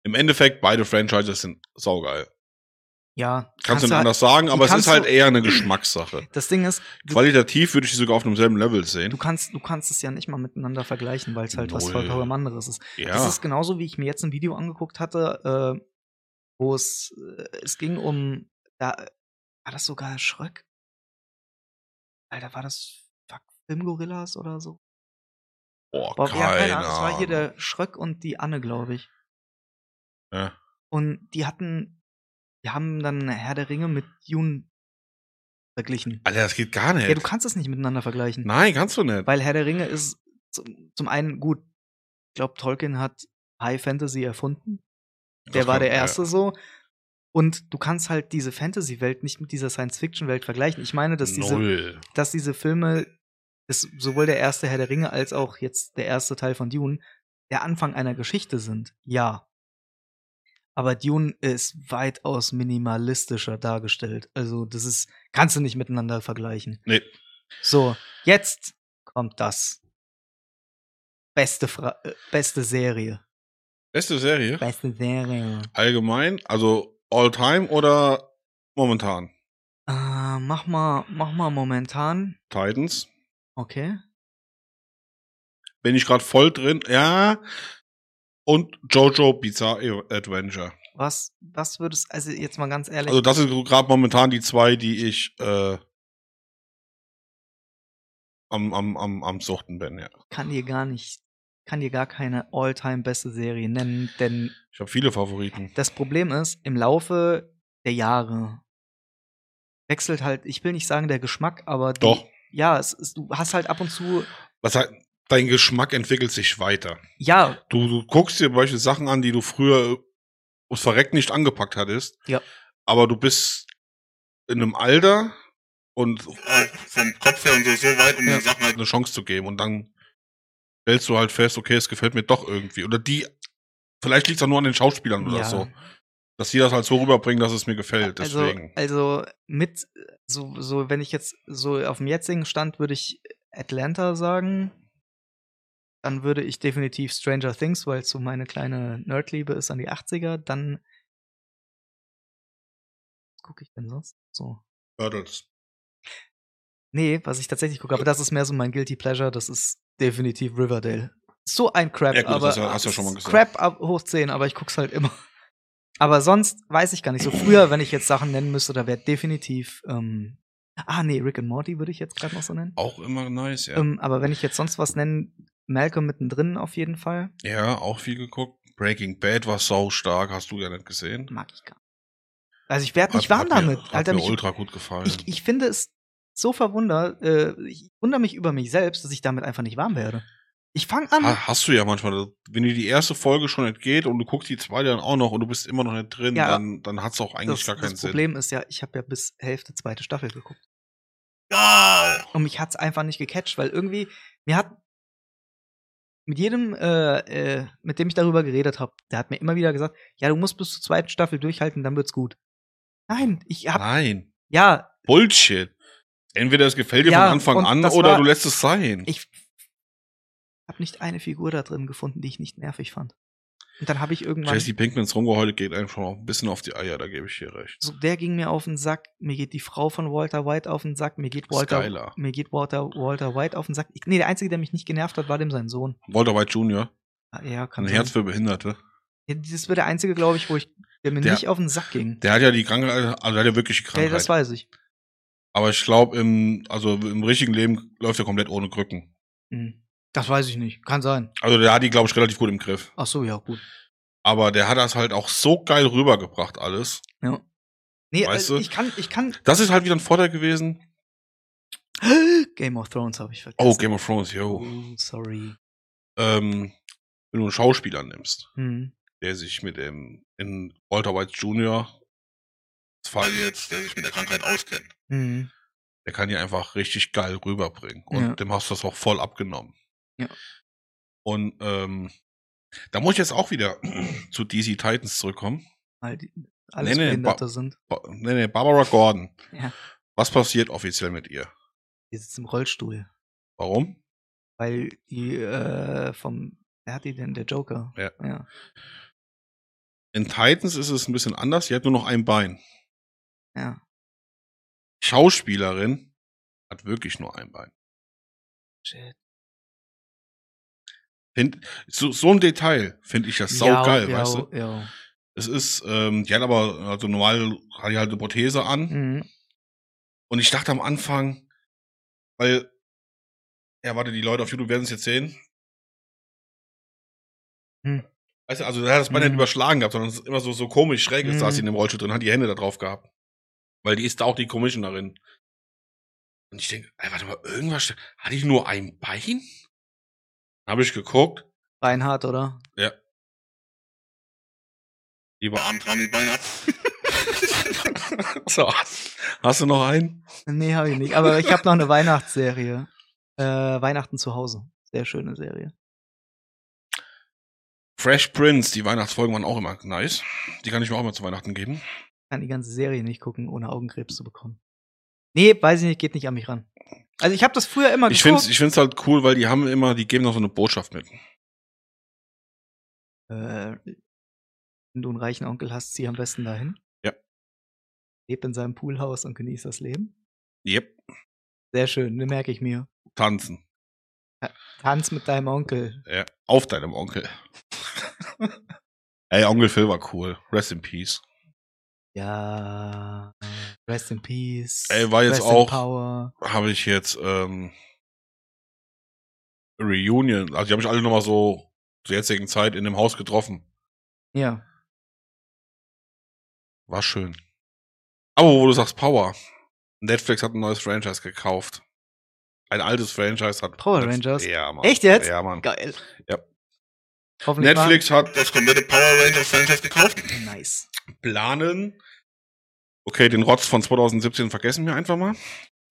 Speaker 1: Im Endeffekt, beide Franchises sind saugeil.
Speaker 2: Ja.
Speaker 1: Kannst du
Speaker 2: du
Speaker 1: nicht
Speaker 2: halt-
Speaker 1: anders sagen, aber es ist
Speaker 2: kannst
Speaker 1: halt
Speaker 2: du-
Speaker 1: eher eine Geschmackssache.
Speaker 2: Das Ding ist, *clears throat* du,
Speaker 1: Qualitativ würde ich sie sogar auf demselben Level
Speaker 2: du,
Speaker 1: sehen.
Speaker 2: kannst, du kannst es ja nicht mal miteinander vergleichen, weil es halt was
Speaker 1: Null.
Speaker 2: vollkommen anderes ist. Das
Speaker 1: Ja,
Speaker 2: ist genauso, wie ich mir jetzt ein Video angeguckt hatte, äh, wo es, äh, es ging um, da war das sogar Schröck? Alter, war das fuck, Filmgorillas oder so?
Speaker 1: boah,
Speaker 2: Boah, ja,
Speaker 1: keine Ahnung.
Speaker 2: Das war hier der Schröck und die Anne, glaube ich.
Speaker 1: Ja.
Speaker 2: Und die hatten, die haben dann Herr der Ringe mit Jun verglichen.
Speaker 1: Alter, das geht gar nicht.
Speaker 2: Ja, du kannst es nicht miteinander vergleichen.
Speaker 1: Nein, kannst du nicht.
Speaker 2: Weil Herr der Ringe ist zum, zum einen gut. Ich glaube, Tolkien hat High Fantasy erfunden. Der
Speaker 1: Das
Speaker 2: war
Speaker 1: kann-
Speaker 2: der Erste so. Und du kannst halt diese Fantasy-Welt nicht mit dieser Science-Fiction-Welt vergleichen. Ich meine, dass diese,
Speaker 1: Null.
Speaker 2: dass diese Filme, ist sowohl der erste Herr der Ringe als auch jetzt der erste Teil von Dune, der Anfang einer Geschichte sind. Ja. Aber Dune ist weitaus minimalistischer dargestellt. Also, das ist, kannst du nicht miteinander vergleichen.
Speaker 1: Nee.
Speaker 2: So, jetzt kommt das. Beste, Fra äh, beste Serie.
Speaker 1: Beste Serie?
Speaker 2: Beste Serie.
Speaker 1: Allgemein? Also all time oder momentan?
Speaker 2: Äh, mach mal, mach mal momentan.
Speaker 1: Titans?
Speaker 2: Okay.
Speaker 1: Bin ich gerade voll drin? Ja. Und Jojo Bizarre Adventure.
Speaker 2: Was, was würdest, also jetzt mal ganz ehrlich.
Speaker 1: Also das sind so gerade momentan die zwei, die ich äh, am, am, am, am Suchten bin, ja.
Speaker 2: kann dir gar nicht, kann dir gar keine all-time beste Serie nennen, denn
Speaker 1: Ich habe viele Favoriten.
Speaker 2: das Problem ist, im Laufe der Jahre wechselt halt, ich will nicht sagen der Geschmack, aber die,
Speaker 1: Doch.
Speaker 2: ja, es, ist- du hast halt ab und zu,
Speaker 1: Was halt, dein Geschmack entwickelt sich weiter.
Speaker 2: ja,
Speaker 1: Du, du guckst dir solche Sachen an, die du früher äh, aus Verreck nicht angepackt hattest.
Speaker 2: Ja.
Speaker 1: Aber du bist in einem Alter und
Speaker 3: Äh, vom Kopf her und so, so weit, um
Speaker 1: Ja.
Speaker 3: den Sachen halt.
Speaker 1: eine Chance zu geben. Und dann stellst du halt fest, okay, es gefällt mir doch irgendwie. Oder die, vielleicht liegt es auch nur an den Schauspielern oder
Speaker 2: ja.
Speaker 1: so. Dass die das halt so rüberbringen, dass es mir gefällt. halt Deswegen.
Speaker 2: Also, also mit, so, so, wenn ich jetzt so auf dem jetzigen Stand würde ich Atlanta sagen. Dann würde ich definitiv Stranger Things, weil es so meine kleine Nerdliebe ist an die 80er. Dann. Was gucke ich denn sonst? So.
Speaker 1: Turtles.
Speaker 2: Nee, was ich tatsächlich
Speaker 1: Äh.
Speaker 2: gucke, aber das ist mehr so mein Guilty Pleasure, das ist definitiv Riverdale. So ein Crap,
Speaker 1: Ja, gut, das
Speaker 2: aber
Speaker 1: hast du- hast du ja schon mal gesagt.
Speaker 2: Crap ab hoch 10, aber ich guck's halt immer. Aber sonst weiß ich gar nicht. So früher, wenn ich jetzt Sachen nennen müsste, da wäre definitiv ähm, Ah nee, Rick and Morty würde ich jetzt gerade noch so nennen.
Speaker 1: Auch immer nice, ja.
Speaker 2: Ähm, aber wenn ich jetzt sonst was nennen, Malcolm mittendrin auf jeden Fall,
Speaker 1: Ja, auch viel geguckt. Breaking Bad war sau stark, hast du ja nicht gesehen.
Speaker 2: mag ich gar nicht. Also ich werde nicht
Speaker 1: Hat-
Speaker 2: warm
Speaker 1: hat mir-
Speaker 2: damit.
Speaker 1: Hat
Speaker 2: Alter,
Speaker 1: mir
Speaker 2: mich,
Speaker 1: ultra gut gefallen.
Speaker 2: ich, ich finde es so verwundert, äh, ich wundere mich über mich selbst, dass ich damit einfach nicht warm werde. Ich fange an.
Speaker 1: Ha- Hast du ja manchmal, Also, wenn dir die erste Folge schon entgeht und du guckst die zweite dann auch noch und du bist immer noch nicht drin,
Speaker 2: Ja,
Speaker 1: dann, dann hat's auch eigentlich
Speaker 2: das,
Speaker 1: gar keinen
Speaker 2: das
Speaker 1: Sinn.
Speaker 2: Problem ist ja, ich habe ja bis Hälfte zweite Staffel geguckt.
Speaker 3: Ja,
Speaker 2: Und mich hat's einfach nicht gecatcht, weil irgendwie, mir hat mit jedem, äh, äh, mit dem ich darüber geredet habe, der hat mir immer wieder gesagt, ja, du musst bis zur zweiten Staffel durchhalten, dann wird's gut. Nein, ich hab,
Speaker 1: Nein.
Speaker 2: Ja,
Speaker 1: Bullshit. Entweder es gefällt dir
Speaker 2: Ja,
Speaker 1: von Anfang
Speaker 2: und
Speaker 1: an
Speaker 2: das
Speaker 1: oder
Speaker 2: war-
Speaker 1: du lässt es sein.
Speaker 2: ich habe nicht eine Figur da drin gefunden, die ich nicht nervig fand. Und dann habe ich irgendwann.
Speaker 1: Jesse Pinkmans Rumgeheule geht einem schon auch ein bisschen auf die Eier, da gebe ich dir recht.
Speaker 2: so, der ging mir auf den Sack, mir geht die Frau von Walter White auf den Sack, mir geht Walter,
Speaker 1: Skyler.
Speaker 2: mir geht Walter, Walter White auf den Sack. Ich, nee, der Einzige, der mich nicht genervt hat, war dem sein Sohn.
Speaker 1: Walter White Jr.,
Speaker 2: Ah, Ja, kann
Speaker 1: ein
Speaker 2: sein.
Speaker 1: Herz für Behinderte.
Speaker 2: Ja, das war der Einzige, glaube ich, wo ich, der mir
Speaker 1: Der-
Speaker 2: nicht auf den Sack ging.
Speaker 1: Der hat ja die Krankheit, also der hat ja wirklich die
Speaker 2: Ja,
Speaker 1: Krankheit.
Speaker 2: das weiß ich.
Speaker 1: Aber ich glaube, im, also im richtigen Leben läuft er komplett ohne Krücken.
Speaker 2: Hm. Das weiß ich nicht. Kann sein.
Speaker 1: Also der hat die, glaube ich, relativ gut im Griff.
Speaker 2: Ach so, ja, gut.
Speaker 1: Aber der hat das halt auch so geil rübergebracht, alles.
Speaker 2: Nee,
Speaker 1: Weißt
Speaker 2: also,
Speaker 1: du?
Speaker 2: ich kann, ich kann. *gasps*
Speaker 1: Das ist halt wieder ein Vorteil gewesen.
Speaker 2: Game of Thrones habe ich vergessen.
Speaker 1: Oh, Game of Thrones, yo.
Speaker 2: Oh, sorry.
Speaker 1: Ähm, wenn du einen Schauspieler nimmst,
Speaker 2: Hm.
Speaker 1: der sich mit dem, in Walter White Jr., das war
Speaker 3: Weil jetzt, der sich mit der Krankheit auskennt.
Speaker 2: Hm.
Speaker 1: der kann die einfach richtig geil rüberbringen. Und
Speaker 2: Ja.
Speaker 1: dem hast du das auch voll abgenommen.
Speaker 2: Ja.
Speaker 1: Und ähm, da muss ich jetzt auch wieder *clears throat* zu DC Titans zurückkommen.
Speaker 2: All die, alles
Speaker 1: Nee, nee,
Speaker 2: Behinderte sind.
Speaker 1: Ba nee, nee, Barbara Gordon.
Speaker 2: Ja.
Speaker 1: Was passiert offiziell mit ihr?
Speaker 2: Die sitzt im Rollstuhl.
Speaker 1: Warum?
Speaker 2: Weil die äh, vom. Wer hat die denn? Der Joker.
Speaker 1: Ja.
Speaker 2: ja.
Speaker 1: In Titans ist es ein bisschen anders. Sie hat nur noch ein Bein.
Speaker 2: Ja.
Speaker 1: Schauspielerin hat wirklich nur ein Bein.
Speaker 2: Shit.
Speaker 1: Find, so, so ein Detail finde ich das saugeil,
Speaker 2: Ja,
Speaker 1: weißt
Speaker 2: ja,
Speaker 1: du?
Speaker 2: Ja.
Speaker 1: Es ist, ähm, die hat aber, also normal hat die halt eine Prothese an.
Speaker 2: Mhm.
Speaker 1: Und ich dachte am Anfang, weil, ja, warte, die Leute auf YouTube werden es jetzt sehen.
Speaker 2: Hm.
Speaker 1: Weißt du, also der hat das Bein
Speaker 2: Mhm.
Speaker 1: nicht überschlagen gehabt, sondern es ist immer so, so komisch schräg ist, saß
Speaker 2: Mhm.
Speaker 1: sie in dem Rollstuhl drin, hat die Hände da drauf gehabt. Weil die ist da auch die Commissionerin. Und ich denke, ey, warte mal, irgendwas, st- hatte ich nur ein Bein? Habe ich geguckt,
Speaker 2: Reinhard, oder?
Speaker 1: die
Speaker 3: Der
Speaker 1: war,
Speaker 3: Arm dran, die Beine ab.
Speaker 1: *laughs* so, hast du noch einen?
Speaker 2: Nee, habe ich nicht. Aber ich habe noch eine Weihnachtsserie. Äh, Weihnachten zu Hause. Sehr schöne Serie.
Speaker 1: Fresh Prince, die Weihnachtsfolgen waren auch immer nice. Die kann ich mir auch immer zu Weihnachten geben.
Speaker 2: Kann die ganze Serie nicht gucken, ohne Augenkrebs zu bekommen. Nee, weiß ich nicht, geht nicht an mich ran. Also ich habe das früher immer
Speaker 1: Ich
Speaker 2: geguckt.
Speaker 1: find's, ich find's halt cool, weil die haben immer, die geben noch so eine Botschaft mit.
Speaker 2: äh, wenn du einen reichen Onkel hast, zieh am besten dahin.
Speaker 1: Ja.
Speaker 2: Lebt in seinem Poolhaus und genießt das Leben.
Speaker 1: Yep,
Speaker 2: Sehr schön, ne merke ich mir.
Speaker 1: tanzen.
Speaker 2: Tanz mit deinem Onkel.
Speaker 1: Ja, auf deinem Onkel. Ey, Onkel Phil war cool. Rest in peace.
Speaker 2: Ja. Rest in peace.
Speaker 1: Ey, war jetzt
Speaker 2: Rest
Speaker 1: auch-
Speaker 2: In power.
Speaker 1: Habe ich jetzt ähm, Reunion, also die haben mich alle nochmal so zur jetzigen Zeit in dem Haus getroffen.
Speaker 2: Ja.
Speaker 1: War schön. Aber wo du sagst Power. Netflix hat ein neues Franchise gekauft. Ein altes Franchise hat
Speaker 2: Power Rangers?
Speaker 1: Ja, Mann.
Speaker 2: Echt jetzt?
Speaker 1: Ja, Mann.
Speaker 2: Geil.
Speaker 1: Ja.
Speaker 2: Hoffentlich
Speaker 1: Netflix hat
Speaker 3: Das komplette Power Rangers Franchise gekauft.
Speaker 2: Mal. Nice.
Speaker 1: planen. Okay, den Rotz von 2017 vergessen wir einfach mal.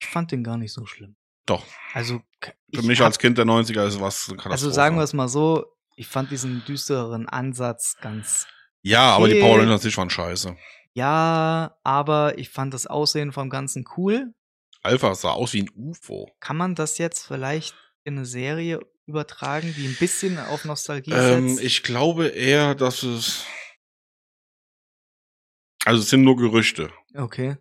Speaker 2: Ich fand den gar nicht so schlimm.
Speaker 1: Doch.
Speaker 2: Also, k-
Speaker 1: Für
Speaker 2: ich
Speaker 1: mich
Speaker 2: hab-
Speaker 1: als Kind der 90er ist was eine Katastrophe.
Speaker 2: Also sagen wir es mal so, ich fand diesen düstereren Ansatz ganz.
Speaker 1: Ja, aber die
Speaker 2: Okay.
Speaker 1: Power Rangers nicht waren scheiße.
Speaker 2: Ja, aber ich fand das Aussehen vom Ganzen cool.
Speaker 1: Alpha sah aus wie ein UFO.
Speaker 2: Kann man das jetzt vielleicht in eine Serie übertragen, die ein bisschen auf Nostalgie
Speaker 1: Ähm,
Speaker 2: setzt?
Speaker 1: ich glaube eher, dass es. Also es sind nur Gerüchte.
Speaker 2: okay.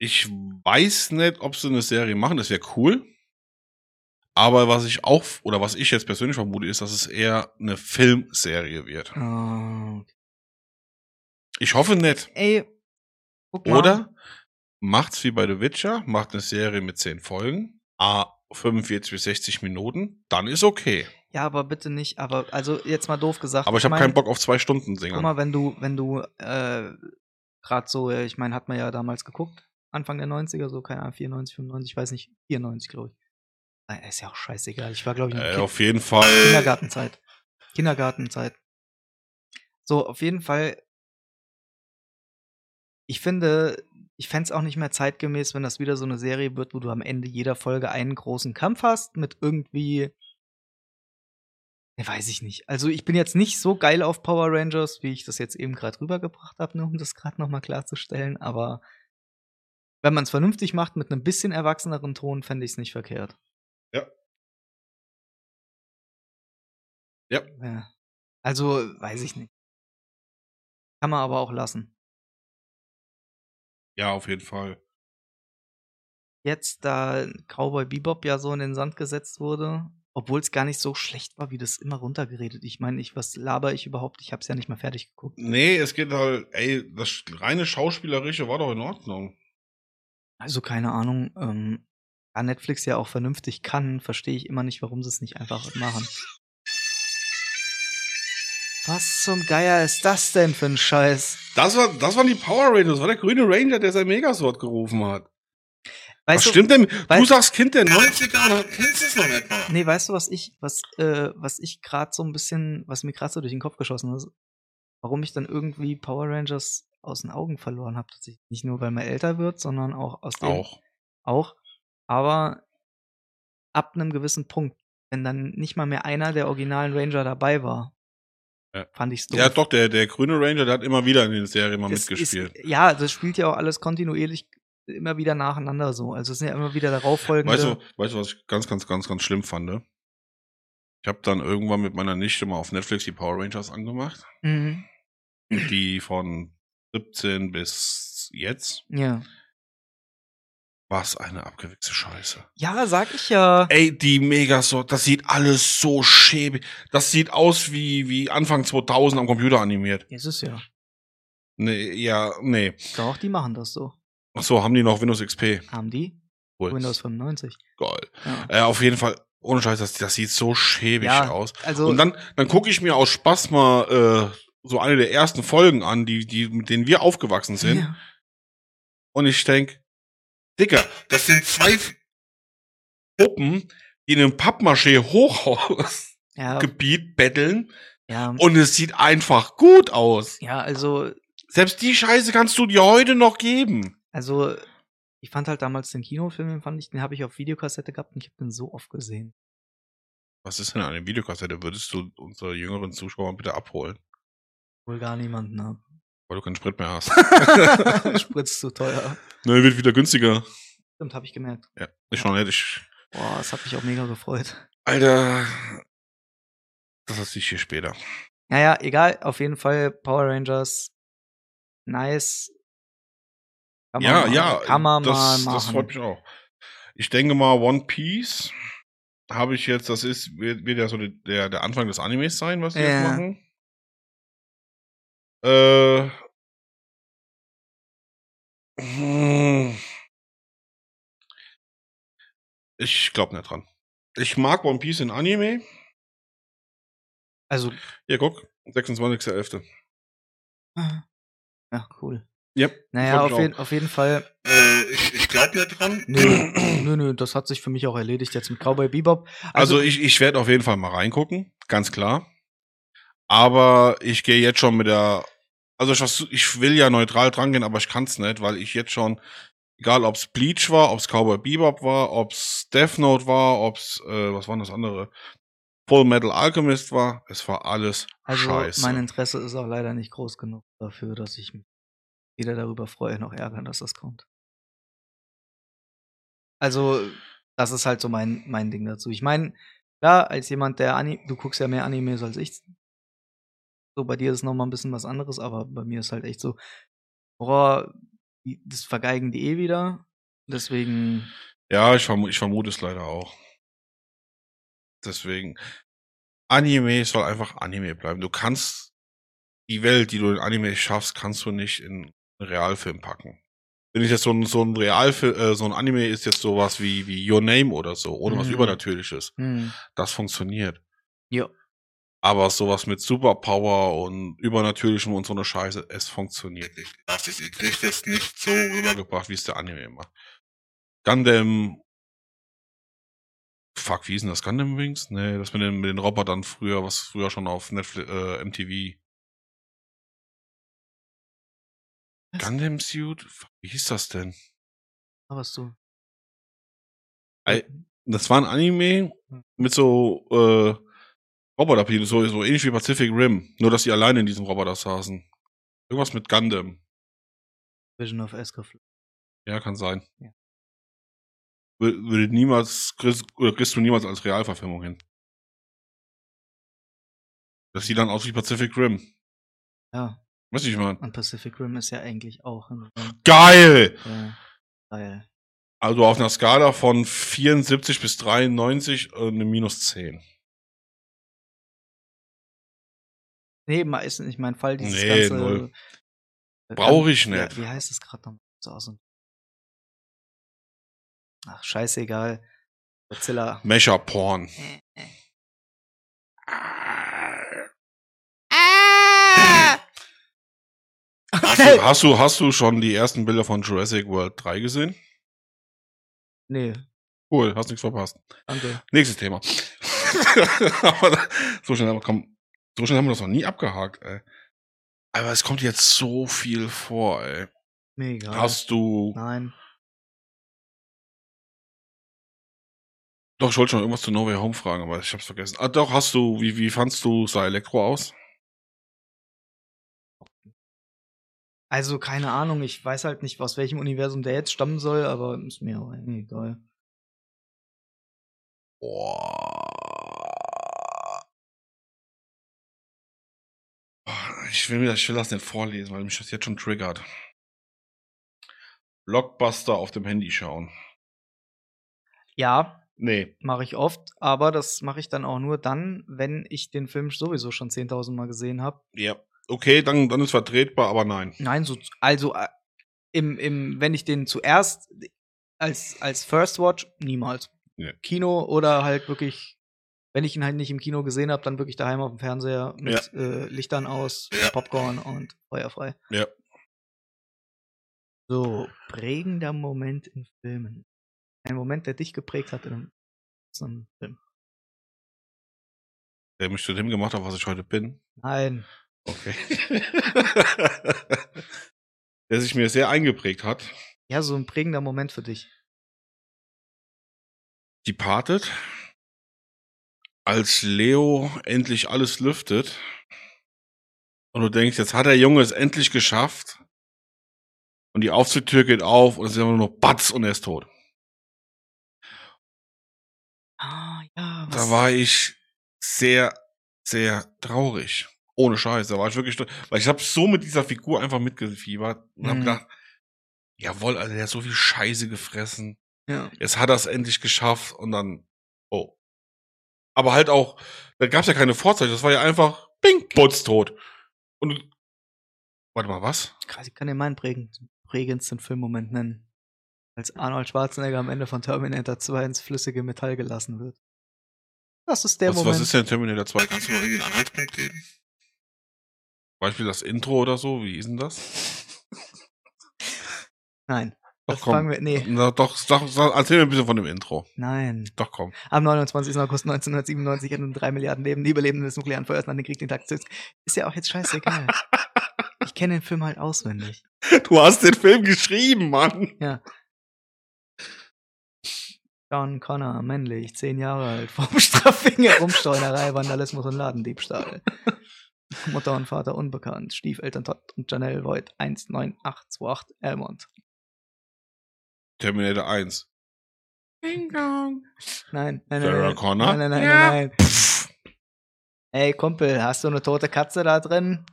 Speaker 1: Ich weiß nicht, ob sie eine Serie machen, das wäre cool. Aber was ich auch, oder was ich jetzt persönlich vermute, ist, dass es eher eine Filmserie wird.
Speaker 2: Ah, okay.
Speaker 1: Ich hoffe nicht.
Speaker 2: Ey, guck mal.
Speaker 1: Oder macht's wie bei The Witcher, macht eine Serie mit 10 Folgen, a 45 bis 60 Minuten, dann ist okay.
Speaker 2: Ja, aber bitte nicht. Aber also jetzt mal doof gesagt.
Speaker 1: Aber ich habe
Speaker 2: meine,
Speaker 1: keinen Bock auf zwei Stunden
Speaker 2: Guck
Speaker 1: singen.
Speaker 2: mal, wenn du, wenn du äh, gerade so, äh, ich meine, hat man ja damals geguckt, Anfang der 90er, so, keine Ahnung, 94, 95, weiß nicht, 94, glaube ich. Nein, ist ja auch scheißegal. Ich war, glaube ich, noch
Speaker 1: Äh,
Speaker 2: Kind,
Speaker 1: auf jeden Fall.
Speaker 2: Kindergartenzeit. Kindergartenzeit. So, auf jeden Fall. Ich finde, ich fänd's auch nicht mehr zeitgemäß, wenn das wieder so eine Serie wird, wo du am Ende jeder Folge einen großen Kampf hast mit irgendwie. Ne, weiß ich nicht. Also ich bin jetzt nicht so geil auf Power Rangers, wie ich das jetzt eben gerade rübergebracht habe, nur um das gerade nochmal klarzustellen, aber Wenn man es vernünftig macht, mit einem bisschen erwachseneren Ton, fände ich es nicht verkehrt.
Speaker 1: Ja. Ja.
Speaker 2: ja. Also, weiß ich nicht. Kann man aber auch lassen.
Speaker 1: Ja, auf jeden Fall.
Speaker 2: jetzt, da Cowboy Bebop ja so in den Sand gesetzt wurde, obwohl es gar nicht so schlecht war, wie das immer runtergeredet. Ich meine, ich, was laber ich überhaupt? Ich habe es ja nicht mal fertig geguckt.
Speaker 1: Nee, es geht halt, ey, das reine Schauspielerische war doch in Ordnung.
Speaker 2: Also keine Ahnung. Ähm, da Netflix ja auch vernünftig kann, verstehe ich immer nicht, warum sie es nicht einfach machen. Was zum Geier ist das denn für ein Scheiß?
Speaker 1: Das, war, das waren die Power Rangers, das war der grüne Ranger, der sein Megasword gerufen hat. Was
Speaker 2: Weißt du,
Speaker 1: stimmt denn? Du
Speaker 2: weißt-
Speaker 1: sagst Kind der
Speaker 3: 90er, du kennst es noch nicht mal.
Speaker 2: Nee, weißt du, was ich, was, äh, was ich gerade so ein bisschen, was mir gerade so durch den Kopf geschossen ist, warum ich dann irgendwie Power Rangers aus den Augen verloren habe, tatsächlich. Nicht nur, weil man älter wird, sondern auch aus dem.
Speaker 1: Auch.
Speaker 2: Auch. Aber ab einem gewissen Punkt, wenn dann nicht mal mehr einer der originalen Ranger dabei war,
Speaker 1: Ja.
Speaker 2: fand ich's doof.
Speaker 1: Ja, doch, der, der grüne Ranger, der hat immer wieder in den Serien mal
Speaker 2: Es
Speaker 1: mitgespielt.
Speaker 2: Ist, ja, das spielt ja auch alles kontinuierlich immer wieder nacheinander so. Also es sind ja immer wieder darauf folgende.
Speaker 1: Weißt du, weißt du, was ich ganz, ganz, ganz, ganz schlimm fand? ne? Ich habe dann irgendwann mit meiner Nichte mal auf Netflix die Power Rangers angemacht,
Speaker 2: Mhm.
Speaker 1: die von 17 bis jetzt.
Speaker 2: Ja.
Speaker 1: Was eine abgewichste Scheiße.
Speaker 2: ja, sag ich ja.
Speaker 1: Ey, die Megasort, das sieht alles so schäbig. Das sieht aus wie, wie Anfang 2000 am Computer animiert.
Speaker 2: Ist es ja.
Speaker 1: Nee, ja, nee.
Speaker 2: Doch, die machen das so.
Speaker 1: Ach so, haben die noch Windows XP?
Speaker 2: Haben die?
Speaker 1: Cool.
Speaker 2: Windows 95.
Speaker 1: Geil.
Speaker 2: Ja.
Speaker 1: Äh, auf jeden Fall, ohne Scheiß, das, das sieht so schäbig
Speaker 2: Ja,
Speaker 1: aus.
Speaker 2: Also,
Speaker 1: Und dann, dann gucke ich mir aus Spaß mal äh, so eine der ersten Folgen an, die, die, mit denen wir aufgewachsen sind.
Speaker 2: *laughs* ja.
Speaker 1: Und ich denk, Dicker,
Speaker 3: Das sind zwei
Speaker 1: Puppen, die in einem Pappmaché-Hochhausgebiet *laughs*
Speaker 2: Ja,
Speaker 1: betteln.
Speaker 2: ja,
Speaker 1: Und es sieht einfach gut aus.
Speaker 2: ja, also,
Speaker 1: Selbst die Scheiße kannst du dir heute noch geben.
Speaker 2: also, ich fand halt damals den Kinofilm, den fand ich, den habe ich auf Videokassette gehabt und ich habe den so oft gesehen.
Speaker 1: Was ist denn eine Videokassette? Würdest du unsere jüngeren Zuschauer bitte abholen?
Speaker 2: Wohl gar
Speaker 1: *laughs*
Speaker 2: niemanden haben.
Speaker 1: Weil du keinen Sprit mehr hast.
Speaker 2: *laughs* Spritz zu teuer.
Speaker 1: ne, wird wieder günstiger.
Speaker 2: Stimmt, habe ich gemerkt.
Speaker 1: Ja, ich noch nicht. Ich,
Speaker 2: Boah, das hat mich auch mega gefreut.
Speaker 1: Alter. Das ist ich hier später.
Speaker 2: Naja, egal, auf jeden Fall Power Rangers. Nice. Kann
Speaker 1: ja,
Speaker 2: mal,
Speaker 1: ja.
Speaker 2: Kann man
Speaker 1: das,
Speaker 2: mal machen.
Speaker 1: Das freut mich auch. Ich denke mal, One Piece habe ich jetzt, das ist, wird, wird ja so die- der, der Anfang des Animes sein, was wir
Speaker 2: Ja.
Speaker 1: jetzt machen. Äh. hm. Ich glaube nicht dran. Ich mag One Piece in Anime.
Speaker 2: Also,
Speaker 1: Hier, guck, 26.11.
Speaker 2: ah. ja, cool.
Speaker 1: Yep,
Speaker 2: Naja,
Speaker 1: freut
Speaker 2: auf,
Speaker 1: mich
Speaker 2: jeden- auf jeden Fall.
Speaker 3: Äh, ich, ich glaube ja dran. *clears throat*
Speaker 2: Nö, nö, nö, das hat sich für mich auch erledigt jetzt mit Cowboy Bebop.
Speaker 1: Also, ich, ich werde auf jeden Fall mal reingucken, ganz klar. Aber ich gehe jetzt schon mit der. Also ich, vers- ich will ja neutral dran gehen, aber ich kann es nicht, weil ich jetzt schon, egal ob es Bleach war, ob es Cowboy Bebop war, ob es Death Note war, ob es, äh, was war denn das andere? Full Metal Alchemist war, es war alles
Speaker 2: also
Speaker 1: scheiße.
Speaker 2: mein Interesse ist auch leider nicht groß genug dafür, dass ich mich weder darüber freue noch ärgern, dass das kommt. Also, das ist halt so mein, mein Ding dazu. Ich meine, klar, als jemand, der Anime, du guckst ja mehr Animes als ich. So, bei dir ist noch mal ein bisschen was anderes, aber bei mir ist halt echt so, boah, die- das vergeigen die eh wieder. Deswegen,
Speaker 1: Ja, ich, verm ich vermute es leider auch. Deswegen, Anime soll einfach Anime bleiben. Du kannst die Welt, die du in Anime schaffst, kannst du nicht in einen Realfilm packen. Wenn ich jetzt so ein, so ein Realfilm, äh, so ein Anime ist jetzt sowas wie, wie Your Name oder so, ohne was
Speaker 2: Mhm.
Speaker 1: Übernatürliches.
Speaker 2: hm,
Speaker 1: Das funktioniert.
Speaker 2: ja.
Speaker 1: Aber sowas mit Superpower und Übernatürlichem und so eine Scheiße, es funktioniert
Speaker 3: Ich dachte, ich krieg das nicht so rüber.
Speaker 1: rübergebracht, wie es der Anime immer. Gundam. Fuck, wie hieß denn das? Gundam Wings? Nee, das mit den, mit den Robotern früher, was früher schon auf Netflix, äh, MTV.
Speaker 2: Was?
Speaker 1: Gundam Suit? Fuck, Wie hieß das denn?
Speaker 2: Was du?
Speaker 1: Ei, Das war ein Anime mit so, äh, Roboterpiloten, so, so ähnlich wie Pacific Rim. Nur, dass die alleine in diesem Roboter saßen. Irgendwas mit Gundam.
Speaker 2: Vision of Escaflow.
Speaker 1: Ja, kann sein.
Speaker 2: Ja.
Speaker 1: Wür- Würde niemals, kriegst, oder kriegst du niemals als Realverfilmung hin. Das sieht dann aus wie Pacific Rim.
Speaker 2: Ja,
Speaker 1: Weiß ich mal.
Speaker 2: und Pacific Rim ist ja eigentlich auch ein
Speaker 1: Geil!
Speaker 2: äh, Teil.
Speaker 1: Also auf einer Skala von 74 bis 93 äh, eine minus 10.
Speaker 2: Nee, ma- ist nicht mein Fall. Dieses
Speaker 1: Nee,
Speaker 2: ganze,
Speaker 1: null.
Speaker 2: äh,
Speaker 1: Brauch ich
Speaker 2: Ja,
Speaker 1: nicht.
Speaker 2: wie heißt es gerade nochmal? So aus dem- Ach, scheißegal. Godzilla.
Speaker 1: Mecha-Porn.
Speaker 2: *laughs*
Speaker 4: Ah!
Speaker 3: Hast
Speaker 2: Hey.
Speaker 3: du,
Speaker 1: Hast du, hast du schon die ersten Bilder von Jurassic World 3 gesehen?
Speaker 2: Nee,
Speaker 1: Cool, hast nichts verpasst.
Speaker 2: danke.
Speaker 1: Nächstes Thema. *laughs* Aber da- so schnell haben wir, komm, so schnell haben wir das noch nie abgehakt, ey. Aber es kommt jetzt so viel vor, ey.
Speaker 2: Mega.
Speaker 1: Hast du.
Speaker 2: Nein.
Speaker 1: Doch, ich wollte schon irgendwas zu No Way Home fragen, aber ich hab's vergessen. Ah, doch, hast du. Wie, wie fandst du sah Elektro aus?
Speaker 2: Also, keine Ahnung, ich weiß halt nicht, aus welchem Universum der jetzt stammen soll, aber ist mir auch irgendwie egal.
Speaker 1: Boah. Ich will mir das, ich will das nicht vorlesen, weil mich das jetzt schon triggert. Blockbuster auf dem Handy schauen.
Speaker 2: Ja,
Speaker 1: Nee.
Speaker 2: Mache ich oft, aber das mache ich dann auch nur dann, wenn ich den Film sowieso schon 10.000 Mal gesehen habe.
Speaker 1: Ja. Okay, dann, dann ist vertretbar, aber nein.
Speaker 2: Nein, so, also äh, im, im, wenn ich den zuerst als, als First Watch, niemals.
Speaker 1: Ja.
Speaker 2: Kino oder halt wirklich, wenn ich ihn halt nicht im Kino gesehen habe, dann wirklich daheim auf dem Fernseher mit äh, Lichtern aus,
Speaker 3: Ja.
Speaker 2: Popcorn und feuerfrei.
Speaker 1: Ja.
Speaker 2: So, prägender Moment in Filmen. Ein Moment, der dich geprägt hat in einem, in einem Film.
Speaker 1: Der mich zu dem gemacht hat, was ich heute bin.
Speaker 2: Nein.
Speaker 1: Okay. Der sich mir sehr eingeprägt hat.
Speaker 2: Ja, so ein prägender Moment für dich.
Speaker 1: Departed. Als Leo endlich alles lüftet. Und du denkst, jetzt hat der Junge es endlich geschafft. Und die Aufzugtür geht auf und es ist immer nur noch Batz und er ist tot.
Speaker 2: Ah, ja.
Speaker 1: Da war ich sehr, sehr traurig. Ohne Scheiß. Da war ich wirklich, trau- weil ich habe so mit dieser Figur einfach mitgefiebert und habe
Speaker 2: Mhm.
Speaker 1: gedacht, jawohl, also der hat so viel Scheiße gefressen.
Speaker 2: ja.
Speaker 1: Jetzt hat er es endlich geschafft und dann, oh. Aber halt auch, da gab es ja keine Vorzeichen. Das war ja einfach, bing, putztot. Und, warte mal, was?
Speaker 2: Krass, ich kann dir meinen prägend, prägendsten Filmmoment nennen. Als Arnold Schwarzenegger am Ende von Terminator 2 ins flüssige Metall gelassen wird. Das ist der
Speaker 1: Was,
Speaker 2: Moment.
Speaker 1: was ist denn Terminator 2?
Speaker 3: kannst du mir irgendwie einen Anhaltspunkt geben?
Speaker 1: Beispiel das Intro oder so? Wie ist denn das?
Speaker 2: Nein.
Speaker 1: Doch,
Speaker 2: das
Speaker 1: komm.
Speaker 2: fangen wir. Nee,
Speaker 1: Na, doch, sag, sag, erzähl mir ein bisschen von dem Intro.
Speaker 2: nein.
Speaker 1: Doch,
Speaker 2: *laughs*
Speaker 1: komm.
Speaker 2: Am 29. August 1997 enden drei Milliarden Leben, die Überlebenden des nuklearen Feuers nach dem Krieg den Tag zu. Ist ja auch jetzt scheißegal. ich kenne den Film halt auswendig.
Speaker 1: Du hast den Film geschrieben, Mann.
Speaker 2: John Connor, männlich, zehn Jahre alt, *laughs* vom Straffinger, Rumsteunerei, Vandalismus und Ladendiebstahl. *laughs* Mutter und Vater unbekannt, Stiefeltern Todd und Janelle Voigt, 19828 Elmont.
Speaker 1: Terminator 1.
Speaker 2: Nein, nein, nein.
Speaker 1: Sarah
Speaker 2: nein,
Speaker 1: Connor?
Speaker 2: Nein, nein, nein,
Speaker 1: Ja.
Speaker 2: nein, nein. Ey, Kumpel, hast du eine tote Katze da drin?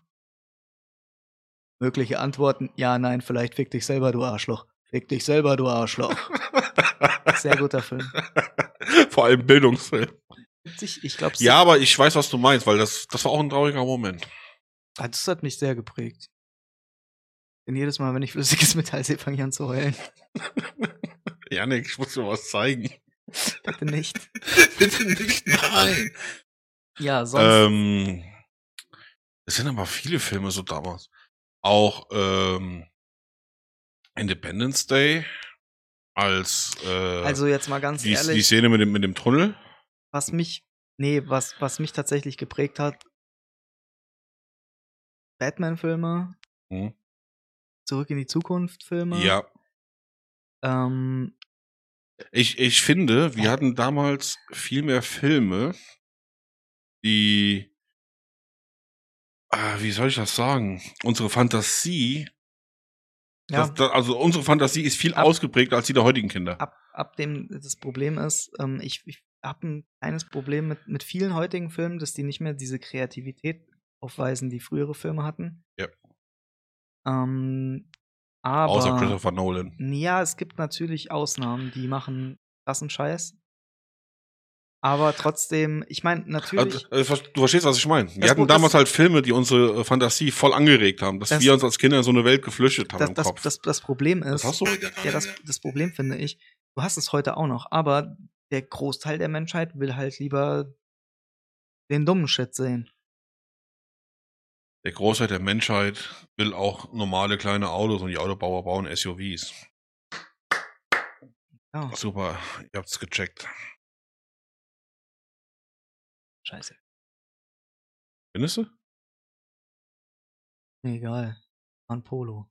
Speaker 2: Mögliche Antworten, ja, nein, vielleicht fick dich selber, du Arschloch. Fick dich selber, du Arschloch. Sehr guter Film.
Speaker 1: Vor allem Bildungsfilm.
Speaker 2: Ich, ich glaube,
Speaker 1: Ja, aber ich weiß, was du meinst, weil das, das war auch ein trauriger Moment.
Speaker 2: Ah, Das hat mich sehr geprägt. Denn jedes Mal, wenn ich flüssiges Metall sehe, fange ich an zu heulen.
Speaker 1: Janik, ich muss dir was
Speaker 2: *laughs*
Speaker 1: zeigen.
Speaker 2: Bitte nicht.
Speaker 3: Bitte nicht, nein.
Speaker 2: Ja, sonst.
Speaker 1: Ähm, es sind aber viele Filme so damals. Auch ähm, Independence Day als äh,
Speaker 2: also jetzt mal ganz
Speaker 1: die, die
Speaker 2: ehrlich,
Speaker 1: Szene mit dem, mit dem Tunnel.
Speaker 2: was mich, nee, was, was mich tatsächlich geprägt hat, Batman-Filme,
Speaker 1: Hm.
Speaker 2: Zurück in die Zukunft-Filme.
Speaker 1: Ja,
Speaker 2: Ähm,
Speaker 1: Ich, ich finde, wir hatten damals viel mehr Filme, die, ah, wie soll ich das sagen, unsere Fantasie
Speaker 2: Ja,
Speaker 1: Das, das, also unsere Fantasie ist viel
Speaker 2: Ab-
Speaker 1: ausgeprägter als die der heutigen Kinder.
Speaker 2: ab, ab dem das Problem ist, ähm, ich, ich habe ein kleines Problem mit, mit vielen heutigen Filmen, dass die nicht mehr diese Kreativität aufweisen, die frühere Filme hatten.
Speaker 1: Ja.
Speaker 2: Ähm, aber
Speaker 1: Außer Christopher Nolan.
Speaker 2: ja, es gibt natürlich Ausnahmen, die machen krassen Scheiß. Aber trotzdem, ich meine,
Speaker 1: Also,
Speaker 2: natürlich.
Speaker 1: äh, ver- du verstehst, was ich meine. Wir
Speaker 2: Das-
Speaker 1: hatten
Speaker 2: das-
Speaker 1: damals halt Filme, die unsere äh, Fantasie voll angeregt haben, dass
Speaker 2: Das-
Speaker 1: wir uns als Kinder in so eine Welt geflüchtet haben
Speaker 2: das,
Speaker 1: im
Speaker 2: das,
Speaker 1: Kopf.
Speaker 2: das, das Problem ist,
Speaker 1: Das hast du?
Speaker 2: ja, das, das Problem finde ich, du hast es heute auch noch, aber der Großteil der Menschheit will halt lieber den dummen Shit sehen.
Speaker 1: Der Großteil der Menschheit will auch normale kleine Autos und die Autobauer bauen SUVs.
Speaker 2: Ja,
Speaker 1: Super, ihr habt's gecheckt.
Speaker 2: scheiße.
Speaker 1: Findest du?
Speaker 2: Mir Egal. An Polo.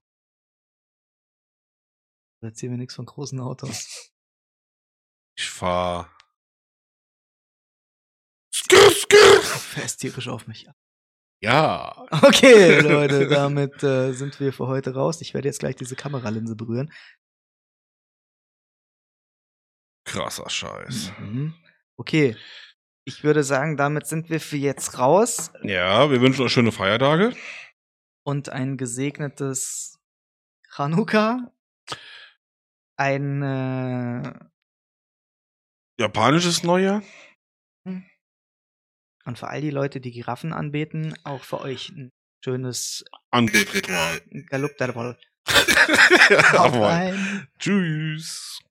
Speaker 2: Da erzählen wir nichts von
Speaker 1: *laughs*
Speaker 2: großen Autos.
Speaker 1: Ich fahr. Skr, skr.
Speaker 2: Fährst tierisch auf mich. ab.
Speaker 1: Ja. *laughs*
Speaker 2: Okay, Leute, damit äh, sind wir für heute raus. Ich werde jetzt gleich diese Kameralinse berühren.
Speaker 1: Krasser Scheiß.
Speaker 2: Mhm. Okay. Ich würde sagen, damit sind wir für jetzt raus.
Speaker 1: Ja, wir wünschen euch schöne Feiertage.
Speaker 2: und ein gesegnetes Chanukka, ein äh,
Speaker 1: Japanisches Neujahr.
Speaker 2: und für all die Leute, die Giraffen anbeten, auch für euch ein schönes
Speaker 1: An *laughs* Ah,
Speaker 3: Ritual.
Speaker 2: Galup Darwal. Ah,
Speaker 1: Jawohl.
Speaker 2: ein.
Speaker 1: Tschüss.